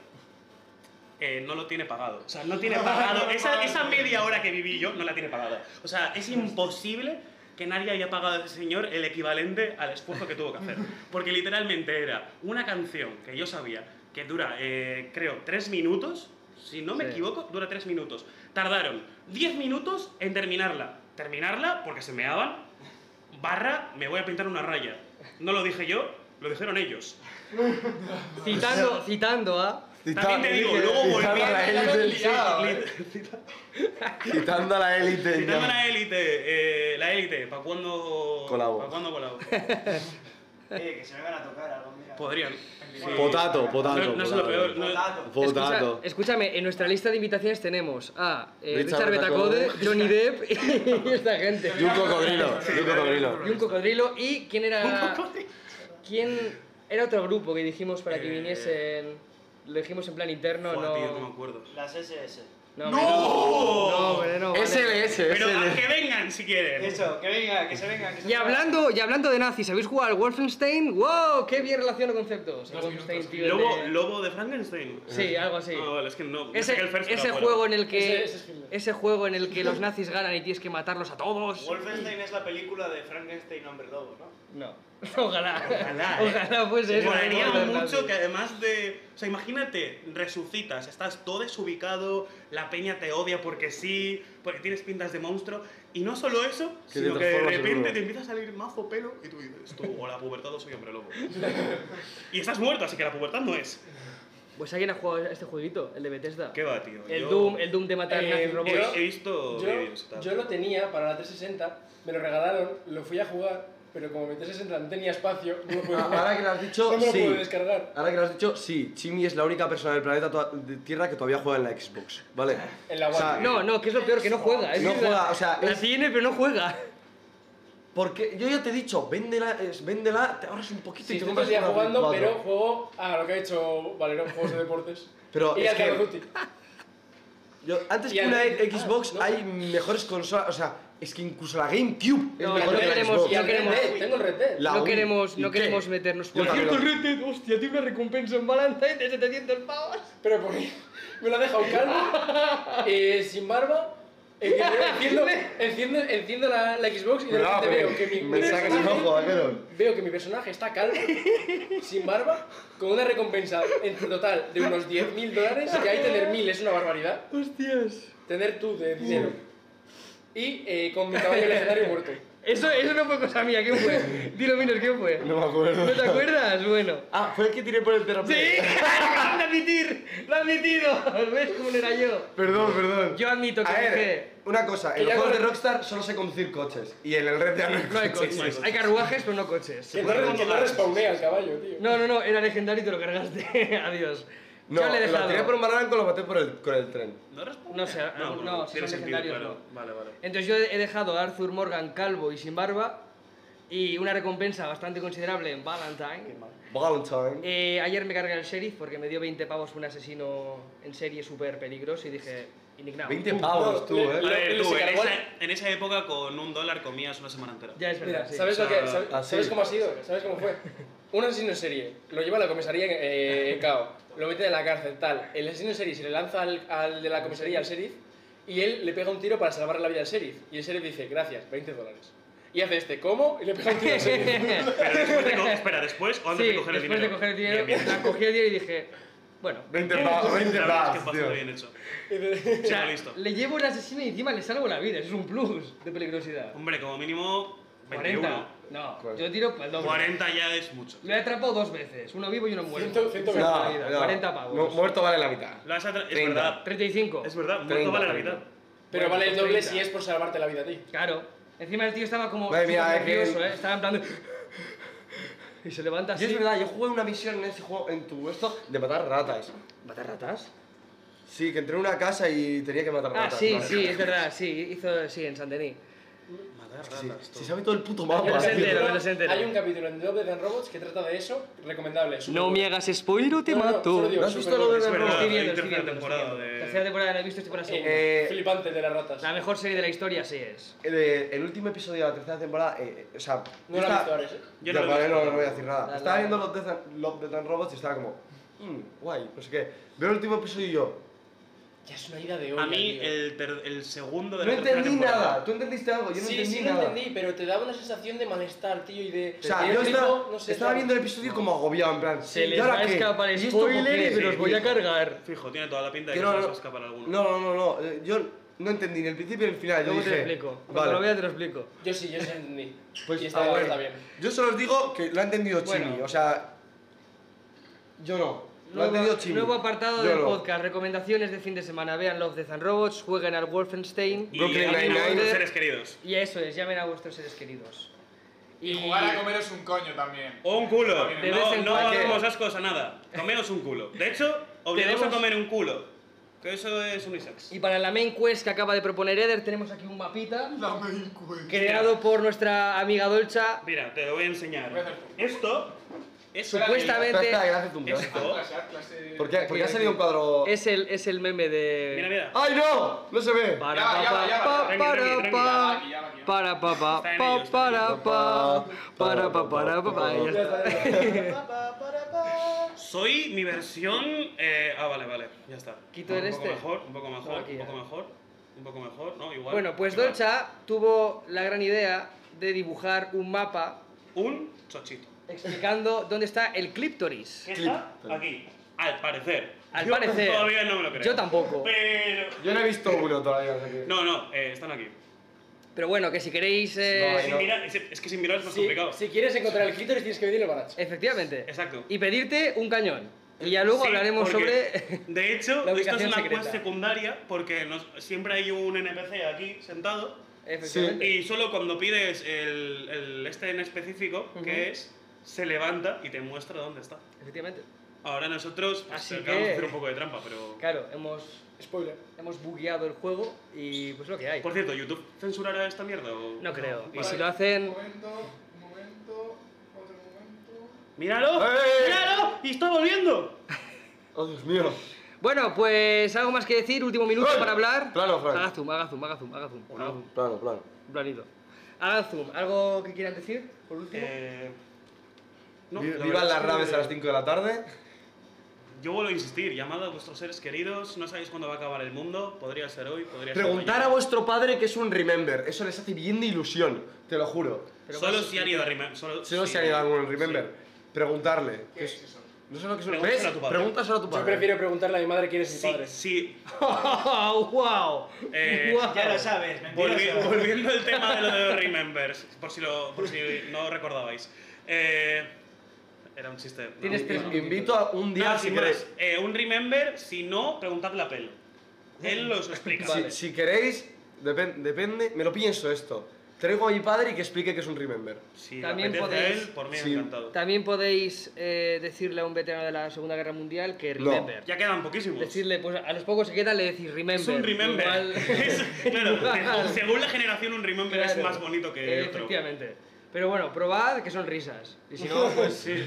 S5: eh, no lo tiene pagado. O sea, no tiene pagado. Esa, esa media hora que viví yo no la tiene pagada. O sea, es imposible que nadie haya pagado a ese señor el equivalente al esfuerzo que tuvo que hacer. Porque literalmente era una canción que yo sabía que dura, eh, creo, tres minutos. Si no me
S1: Sí.
S5: equivoco, dura tres minutos. Tardaron 10 minutos en terminarla. Terminarla porque se meaban. Barra, me voy a pintar una raya. No lo dije yo, lo dijeron ellos.
S1: Citando, citando a...
S5: También te digo, luego
S7: Citando a la
S5: volví-
S7: élite.
S9: liado, eh.
S7: Citando a la élite.
S5: Quitando
S7: ya.
S5: la élite, eh, la élite, ¿para cuándo
S7: Colabo.
S5: ¿Para cuándo colabo?
S2: Eh, que se me van a tocar algo, mira.
S5: Podrían. Sí.
S7: Potato,
S5: No,
S7: potato.
S5: no es lo
S7: potato.
S5: peor. no-
S2: Potato.
S1: Escucha-
S7: Potato.
S1: escúchame, en nuestra lista de invitaciones tenemos a eh, Richard,
S7: Richard
S1: Betacode,
S7: Betacode,
S1: Johnny Depp y esta gente.
S7: Y un cocodrilo. Y un cocodrilo.
S1: Y un cocodrilo. ¿Y quién era? ¿Quién era otro grupo que dijimos para que
S5: Eh,
S1: viniesen? Lo dijimos en plan interno,
S5: Joder, tío, no me
S1: no.
S5: acuerdo. Oh,
S2: Las SS.
S1: No, no, hombre, no, vale.
S7: SLS,
S5: Pero a
S7: SLS.
S5: que vengan si quieren.
S2: Eso, que venga, que se venga, que se
S1: Y hablando, y hablando de nazis, ¿habéis jugado al Wolfenstein? ¡Wow! ¡Qué bien relaciono conceptos! El
S9: Dos
S1: Wolfenstein,
S9: minutos.
S1: tío, el
S5: Lobo,
S1: de-
S5: lobo de Frankenstein.
S1: Sí, algo así.
S5: No, vale, es que no.
S1: Ese,
S5: que el first
S1: ese
S5: era fuera.
S1: juego en el que
S3: Ese- ese es Hitler.
S1: ese juego en el que los nazis ganan y tienes que matarlos a todos.
S2: Wolfenstein es la película de Frankenstein hombre lobo, ¿no?
S1: No. Ojalá.
S5: Ojalá, eh.
S1: Ojalá fuese eso.
S5: Molaría
S1: Los nazis.
S5: mucho que además de. O sea, imagínate, resucitas, estás todo desubicado, la peña te odia porque sí, porque tienes pintas de monstruo. Y no solo eso,
S7: Que te
S5: sino que de
S7: transformas en
S5: repente
S7: lobo.
S5: te empieza a salir mazo pelo y tú dices, tú, o la pubertad o soy hombre lobo. y estás muerto, así que la pubertad no es.
S1: Pues alguien ha jugado a este jueguito, el de Bethesda.
S5: ¿Qué va, tío?
S1: El
S5: Yo
S1: Doom, el Doom de matar
S3: Eh,
S1: nazis robots.
S5: He, he visto vídeos y
S3: Yo,
S5: tal.
S3: yo lo tenía para la 360, me lo regalaron, lo fui a jugar, pero como mi 360 no tenía espacio, no lo pude jugar.
S7: Ahora que lo has dicho,
S3: no me lo pude
S7: sí.
S3: descargar.
S7: Ahora que lo has dicho, sí. Chimi es la única persona del planeta toda- de Tierra que todavía juega en la Xbox, ¿vale?
S3: En la
S7: O sea,
S3: One.
S1: No, no, que es lo peor, que no juega. es
S7: No
S1: verdad.
S7: juega, o sea,
S1: La
S7: es-
S1: tiene, pero no juega.
S7: Porque yo ya te he dicho, véndela, es- véndela, te ahorras un poquito
S3: Sí,
S7: y te
S3: estoy todo
S7: compras
S3: el día
S7: una Play
S3: jugando,
S7: 4.
S3: pero juego a lo que ha hecho Valerón, juegos de deportes.
S7: Pero
S3: y
S7: es
S3: al Call of
S7: que-
S3: Duty.
S7: Yo- antes
S3: Y
S7: que
S3: al-
S7: una E-
S3: ah,
S7: Xbox
S3: no.
S7: hay mejores consolas, o sea, es que incluso la GameCube es
S1: No,
S7: mejor
S1: no
S7: que la
S1: queremos-
S7: Xbox.
S3: Y al
S1: no
S3: Red
S1: queremos-
S3: Dead, tengo el Red Dead.
S7: La
S1: no
S7: Wii.
S1: queremos,
S7: ¿Y
S1: no
S7: qué?
S1: queremos meternos
S7: Yo también lo-
S1: Red Dead, hostia, tiene una recompensa en Valentine de 700 pavos.
S3: Pero por mí, me lo ha dejado calvo, eh, sin barba. eh, que Enciendo, enciendo, enciendo la, la Xbox y de
S7: Cuidado,
S3: repente veo que
S7: porque
S3: mi, mi
S7: me sacas un
S3: personaje-
S7: ojo, Vaquerón.
S3: Veo que mi personaje está calvo, sin barba, con una recompensa en total de unos 10.000 dólares, que ahí tener 1.000 es una barbaridad.
S1: Hostias.
S3: Tener tú de dinero. Y eh, con mi caballo legendario muerto.
S1: Eso, eso no fue cosa mía, ¿qué fue? Dilo, menos, ¿qué fue?
S7: No me acuerdo.
S1: ¿No te acuerdas? Bueno.
S7: Ah, fue el que tiré por el terreno.
S1: ¡Sí! ¡Lo de admitir! ¡Lo ha admitido! ¿Ves cómo no era yo?
S7: Perdón, perdón.
S1: Yo admito que
S7: A
S1: dije-
S7: ver, una cosa,
S3: Que
S7: en los
S3: ya
S7: juegos de
S3: con-
S7: Rockstar solo sé conducir coches y en el Red Dead no hay
S1: No hay
S7: coches.
S1: coches. Hay carruajes, pero no coches.
S3: Que no, re- que no respawnea el caballo, tío.
S1: No, no, no, era legendario y te lo cargaste. Adiós.
S7: No,
S1: ya le he
S7: lo
S1: dejado.
S7: tiré por un barranco, lo maté por el, con el tren.
S5: ¿No responde? Ah,
S1: No sé, no,
S5: bueno,
S1: no, si
S5: tiene
S1: son
S5: sentido,
S1: legendarios,
S5: claro. Vale, vale.
S1: Entonces yo he dejado a Arthur Morgan calvo y sin barba y una recompensa bastante considerable en Valentine.
S7: Valentine.
S1: Eh, ayer me cargué al sheriff porque me dio 20 pavos un asesino en serie súper peligroso y dije, indignado.
S7: 20 pavos, tú,
S5: A
S7: eh.
S5: ver,
S3: Lo-
S5: tú,
S3: se
S5: en
S3: cargó
S5: esa,
S3: el-
S5: en esa época con un dólar comías una semana entera.
S1: Ya es verdad,
S3: Mira,
S1: sí.
S3: ¿sabes, lo
S5: o sea,
S3: que, sabe-
S7: así.
S3: ¿sabes cómo ha sido? ¿Sabes cómo fue? Un asesino en serie lo lleva a la comisaría eh, en Cao, lo mete en la cárcel, tal. El asesino en serie se le lanza al, al de la comisaría, al sheriff, y él le pega un tiro para salvar la vida al sheriff. Y el sheriff dice, gracias, 20 dólares. Y hace este, ¿cómo? Y le pega un tiro al sheriff.
S5: Pero después de co- espera, después o antes
S1: Sí,
S5: de coger el
S1: después
S5: dinero.
S1: de coger el dinero,
S5: Bien, bien.
S1: la cogí el dinero y dije, bueno,
S7: 20 pavos, 20
S5: La verdad es que
S7: pavos, tío.
S5: bastante bien hecho.
S1: o sea,
S5: Sí, listo.
S1: le llevo un asesino y encima le salvo la vida, eso es un plus de peligrosidad.
S5: Hombre, como mínimo
S1: 40.
S5: 21.
S1: No,
S7: Claro.
S1: yo tiro para el doble.
S5: 40 ya es mucho.
S1: Lo he atrapado dos veces, uno vivo y uno muerto.
S3: Ciento- ciento
S1: Se me ha ido,
S7: no.
S1: 40
S7: Mu-
S1: pavos.
S7: Muerto vale la mitad.
S5: Lo has atra- es
S7: 30.
S5: verdad.
S1: 35.
S5: Es verdad, muerto
S7: 30,
S5: vale la
S7: 30.
S5: mitad.
S3: Pero vale el
S1: Bueno,
S3: doble
S1: 30.
S3: si es por salvarte la vida a ti.
S1: Claro. Encima el tío estaba como
S7: Madre mía,
S1: súper
S7: es que-
S1: nervioso, ¿eh? Estaba en plan de... Y se levanta así.
S7: Yo es verdad, yo jugué una misión en ese juego, en tu esto, de matar ratas.
S1: ¿Matar ratas?
S7: Sí, que entré en una casa y tenía que matar
S1: Ah,
S7: ratas.
S1: sí,
S7: ¿no?
S1: sí, es verdad, sí. Hizo, sí, en Saint-Denis.
S5: Matar
S7: Sí,
S5: ratas, tú.
S7: se sabe todo el puto mapa.
S1: Yo no sé
S7: tío.
S1: entero, me lo sé entero.
S3: Hay un capítulo en Love Death and Robots que trata de eso, recomendable.
S1: No me hagas spoiler o te
S3: No, no,
S1: mato.
S3: solo digo,
S7: ¿No has
S3: súper
S7: visto lo de
S3: bueno.
S5: Es
S1: Lo
S5: verdad,
S1: estoy
S5: hay
S1: viendo, estoy
S5: tercera
S1: viendo, lo estoy
S5: temporada
S1: viendo.
S5: de...
S1: Tercera temporada la he visto, estoy por la segunda.
S7: Eh,
S3: Flipante de las ratas.
S1: La mejor serie de la historia, sí es.
S7: El, eh, el último episodio de la tercera temporada, eh, eh, o sea...
S3: No la he visto ahora, ¿eh?
S5: Yo
S7: Yo
S5: no lo he
S7: vale,
S5: visto.
S7: no, no voy a decir nada.
S1: Dale,
S7: estaba
S1: dale.
S7: viendo los Death and, Love, Death and Robots y estaba como... "Mm, guay, no sé qué. Veo el último episodio y yo...
S3: Ya es una ida de hoy.
S5: A mí, el, ter- el segundo de
S7: No
S5: la tercera
S7: entendí
S5: temporada.
S7: nada. ¿Tú entendiste algo? Yo no
S3: sí,
S7: entendí
S3: sí
S7: nada.
S3: lo entendí, pero te daba una sensación de malestar, tío, y de...
S7: O sea,
S3: de
S7: yo
S3: flipo,
S7: estaba,
S3: no sé,
S7: estaba
S3: tal.
S7: viendo el episodio como agobiado, en plan...
S1: Se
S7: ¿y
S1: les
S7: ahora
S1: va a
S7: qué?
S1: escapar
S7: ¿Y esto por qué?
S1: spoiler y me los voy a
S7: Sí,
S1: cargar.
S5: Fijo, tiene toda la pinta de
S7: Que
S5: que
S7: no,
S5: se les va a
S7: no.
S5: escapar alguno.
S7: No, no, no, no. eh, Yo no entendí ni el principio ni el final.
S1: Luego
S7: yo
S1: te
S7: dije,
S1: lo explico. Cuando
S7: Vale.
S1: lo vea te lo explico.
S3: Yo sí, yo sí entendí.
S7: Pues,
S3: y está,
S7: a ver,
S3: está bien.
S7: Yo solo os digo que lo ha entendido Chimi,
S1: Bueno.
S7: o sea. Yo no. Lo ha entendido Chimi.
S1: nuevo apartado
S7: Yo
S1: del
S7: no.
S1: podcast. Recomendaciones de fin de semana. Vean Love, Death and Robots, jueguen al Wolfenstein.
S5: Y
S7: Brooklyn
S5: a
S7: Nine-Nine.
S5: nuestros seres queridos.
S1: Y eso es, llamen a vuestros seres queridos.
S4: Y jugar a comeros un coño también.
S5: O un culo.
S4: De
S1: vez
S5: No,
S1: en
S5: no
S1: cuando.
S5: hagamos ascos a nada. Comeros un culo. De hecho, obligados a
S1: Tenemos-
S5: comer un culo. Que eso es unisex.
S1: Y para la main quest que acaba de proponer Eder, tenemos aquí un mapita
S6: La main quest.
S1: creado por nuestra amiga Dolcha.
S5: Mira, te lo voy a
S4: Voy a hacer
S5: enseñar.
S4: foto.
S5: Esto es
S1: Supuestamente-
S7: Espera, espera, que le haces un brazo.
S5: Esto.
S4: Clase A, clase-
S7: ¿Por qué, por qué ha salido un cuadro...?
S1: Es el, es el meme de.
S5: Mira,
S4: Oh.
S5: mira.
S7: ¡Ay, no! ¡No se ve!
S1: Para
S4: Ya va, ya va, ya va,
S1: pa,
S5: ya va,
S1: pa,
S5: tranqui, tranqui,
S1: pa,
S4: tranqui, ya va, ya va, ya va.
S1: para pa pa
S5: Está en
S1: pa,
S5: ello, está
S1: para
S7: en ello.
S1: pa para
S7: Pa,
S1: pa
S7: pa,
S1: para
S7: pa,
S1: pa pa,
S7: pa,
S1: ya está.
S5: Soy mi versión. eh, ah, vale, vale, ya está.
S1: Quito
S5: un
S1: el
S5: poco
S1: este.
S5: Mejor, un poco mejor,
S1: aquí
S5: un
S1: ya.
S5: poco mejor, un poco mejor, no, igual.
S1: Bueno, pues
S5: igual.
S1: Dolcha tuvo la gran idea de dibujar un mapa
S5: Un chochito.
S1: explicando dónde está el clíptoris.
S5: ¿Qué está? Aquí. Al parecer.
S1: Al
S5: Yo
S1: parecer.
S5: Todavía no me lo creo.
S1: Yo tampoco.
S5: Pero.
S7: Yo no he visto uno todavía. o sea que-
S5: No, no, eh, están aquí.
S1: Pero bueno, que si queréis. eh,
S7: No, Ay,
S5: Sin mirar- es, es que sin mirar es más
S8: Si,
S5: complicado.
S8: si quieres encontrar el clítoris tienes que venir al baracho.
S1: Efectivamente.
S5: Exacto.
S1: Y pedirte un cañón. Y ya luego
S5: Sí,
S1: hablaremos
S5: porque,
S1: sobre.
S5: De hecho,
S1: la
S5: esto es
S1: ubicación
S5: una
S1: secreta.
S5: quest secundaria porque nos- siempre hay un NPC aquí sentado
S1: Efectivamente.
S5: y solo cuando pides el, el este en específico, que es, se levanta y te muestra dónde está.
S1: Efectivamente.
S5: Ahora nosotros pues,
S1: Así
S5: acabamos
S1: Ah, que-
S5: de hacer un poco de trampa, pero...
S1: Claro, hemos,
S8: Spoiler.
S1: hemos bugueado el juego y pues lo que hay.
S5: Por cierto, ¿YouTube censurará esta mierda o...?
S1: No creo. Y
S5: Vale.
S1: si lo hacen.
S4: Un momento, un momento, otro momento.
S5: ¡Míralo!
S7: ¡Eh!
S5: ¡Míralo! ¡Y está volviendo!
S7: ¡Oh, Dios mío!
S1: Bueno, pues algo más que decir, último minuto
S7: Frank,
S1: para hablar.
S7: plano, Frank.
S1: Haga zoom, haga zoom, haga zoom, haga zoom. haga zoom,
S7: Plano, plano.
S1: un planito. Haga zoom. ¿Algo que quieran decir? Por último.
S5: Eh... no,
S7: Vi-
S5: la
S7: Vivan
S5: verdad es
S7: las
S5: que-
S7: raves a las 5 de la tarde.
S5: Yo vuelvo a insistir, llamad a vuestros seres queridos, no sabéis cuándo va a acabar el mundo, podría ser hoy, podría ser
S7: Preguntar
S5: mañana.
S7: a vuestro padre que es un Remember. Eso les hace bien de ilusión, te lo juro.
S5: Solo si han ido a Remember. Solo
S7: Si no
S5: si-
S7: se ha ido algún Remember, preguntarle.
S4: ¿Qué es eso?
S7: No sé lo que es un
S5: Pregúntaselo
S7: ¿Ves?
S5: a tu padre.
S7: Pregúntaselo a tu
S8: Yo
S7: padre.
S8: prefiero preguntarle a mi madre quién es mi
S5: Sí,
S8: padre.
S5: sí.
S1: ¡Wow!
S5: Eh,
S1: Guau.
S2: Ya lo sabes,
S5: Volvi-
S2: mentiroso.
S5: volviendo al tema de lo de Remembers, por si, lo, por si no recordabais. Eh, era un chiste. ¿no?
S1: Tienes tres
S5: Bueno.
S1: minutos.
S7: Invito a un día
S5: Ah,
S7: si
S5: sin
S7: queréis.
S5: más. Eh, un Remember, si no, preguntadle a Pelo. Él los explica.
S7: Si, si queréis, depen- depende. Me lo pienso esto. Traigo a mi padre y que explique que es un Remember.
S5: Si
S1: También
S5: También apetece
S1: podéis-
S5: a él, por mí
S7: Sí.
S5: encantado.
S1: También podéis eh, decirle a un veterano de la Segunda Guerra Mundial que
S7: No.
S1: remember.
S5: Ya quedan poquísimos.
S1: Decirle, pues a los pocos que quedan le decís remember.
S5: es un remember.
S1: Igual-
S5: Es- claro,
S1: Igual.
S5: según la generación, un remember es
S1: Claro.
S5: más bonito que
S1: Eh,
S5: otro.
S1: Efectivamente. Pero bueno, probad que son risas. Y si no, pues.
S5: Sí.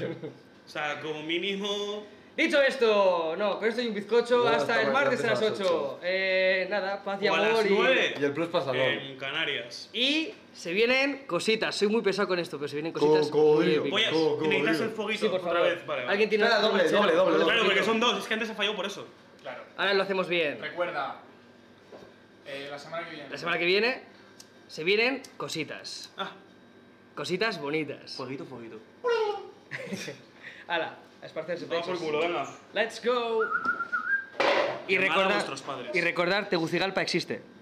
S5: O sea, como mínimo.
S1: Dicho esto, no, con esto y un bizcocho
S7: No,
S1: hasta
S7: hasta
S1: el
S7: mañana,
S1: martes a las
S7: hasta
S1: 8.
S7: las ocho.
S1: Eh, nada, paz y
S5: o a
S1: amor.
S5: las
S1: y-
S5: 9
S7: Y el plus pasa no.
S5: en Canarias.
S1: Y se vienen cositas. Soy muy pesado con esto, pero se vienen cositas. muy
S7: Cocodrilo.
S1: épicas.
S5: Voy a.
S7: Go, go,
S5: Necesitas
S7: go.
S5: el foguito
S1: Sí, por
S5: otra
S1: favor.
S5: vez. Vale, vale.
S1: ¿Alguien tiene
S7: Espera,
S1: algo
S7: doble,
S1: que echar?
S7: doble, doble,
S5: Claro, porque
S1: Poquito.
S5: son dos. Es que antes se falló por eso.
S4: Claro.
S1: Ahora lo hacemos bien.
S4: Recuerda, eh, la semana que viene.
S1: La semana que viene se vienen cositas.
S5: Ah. Pues-
S1: Cositas bonitas.
S5: Foguito, foguito.
S1: Hala, a esparcerse
S5: Toma por
S1: pechos.
S5: culo, venga.
S1: Let's go. Y
S5: Llamad a
S1: recordar,
S5: vuestros padres.
S1: y recordar, Tegucigalpa existe.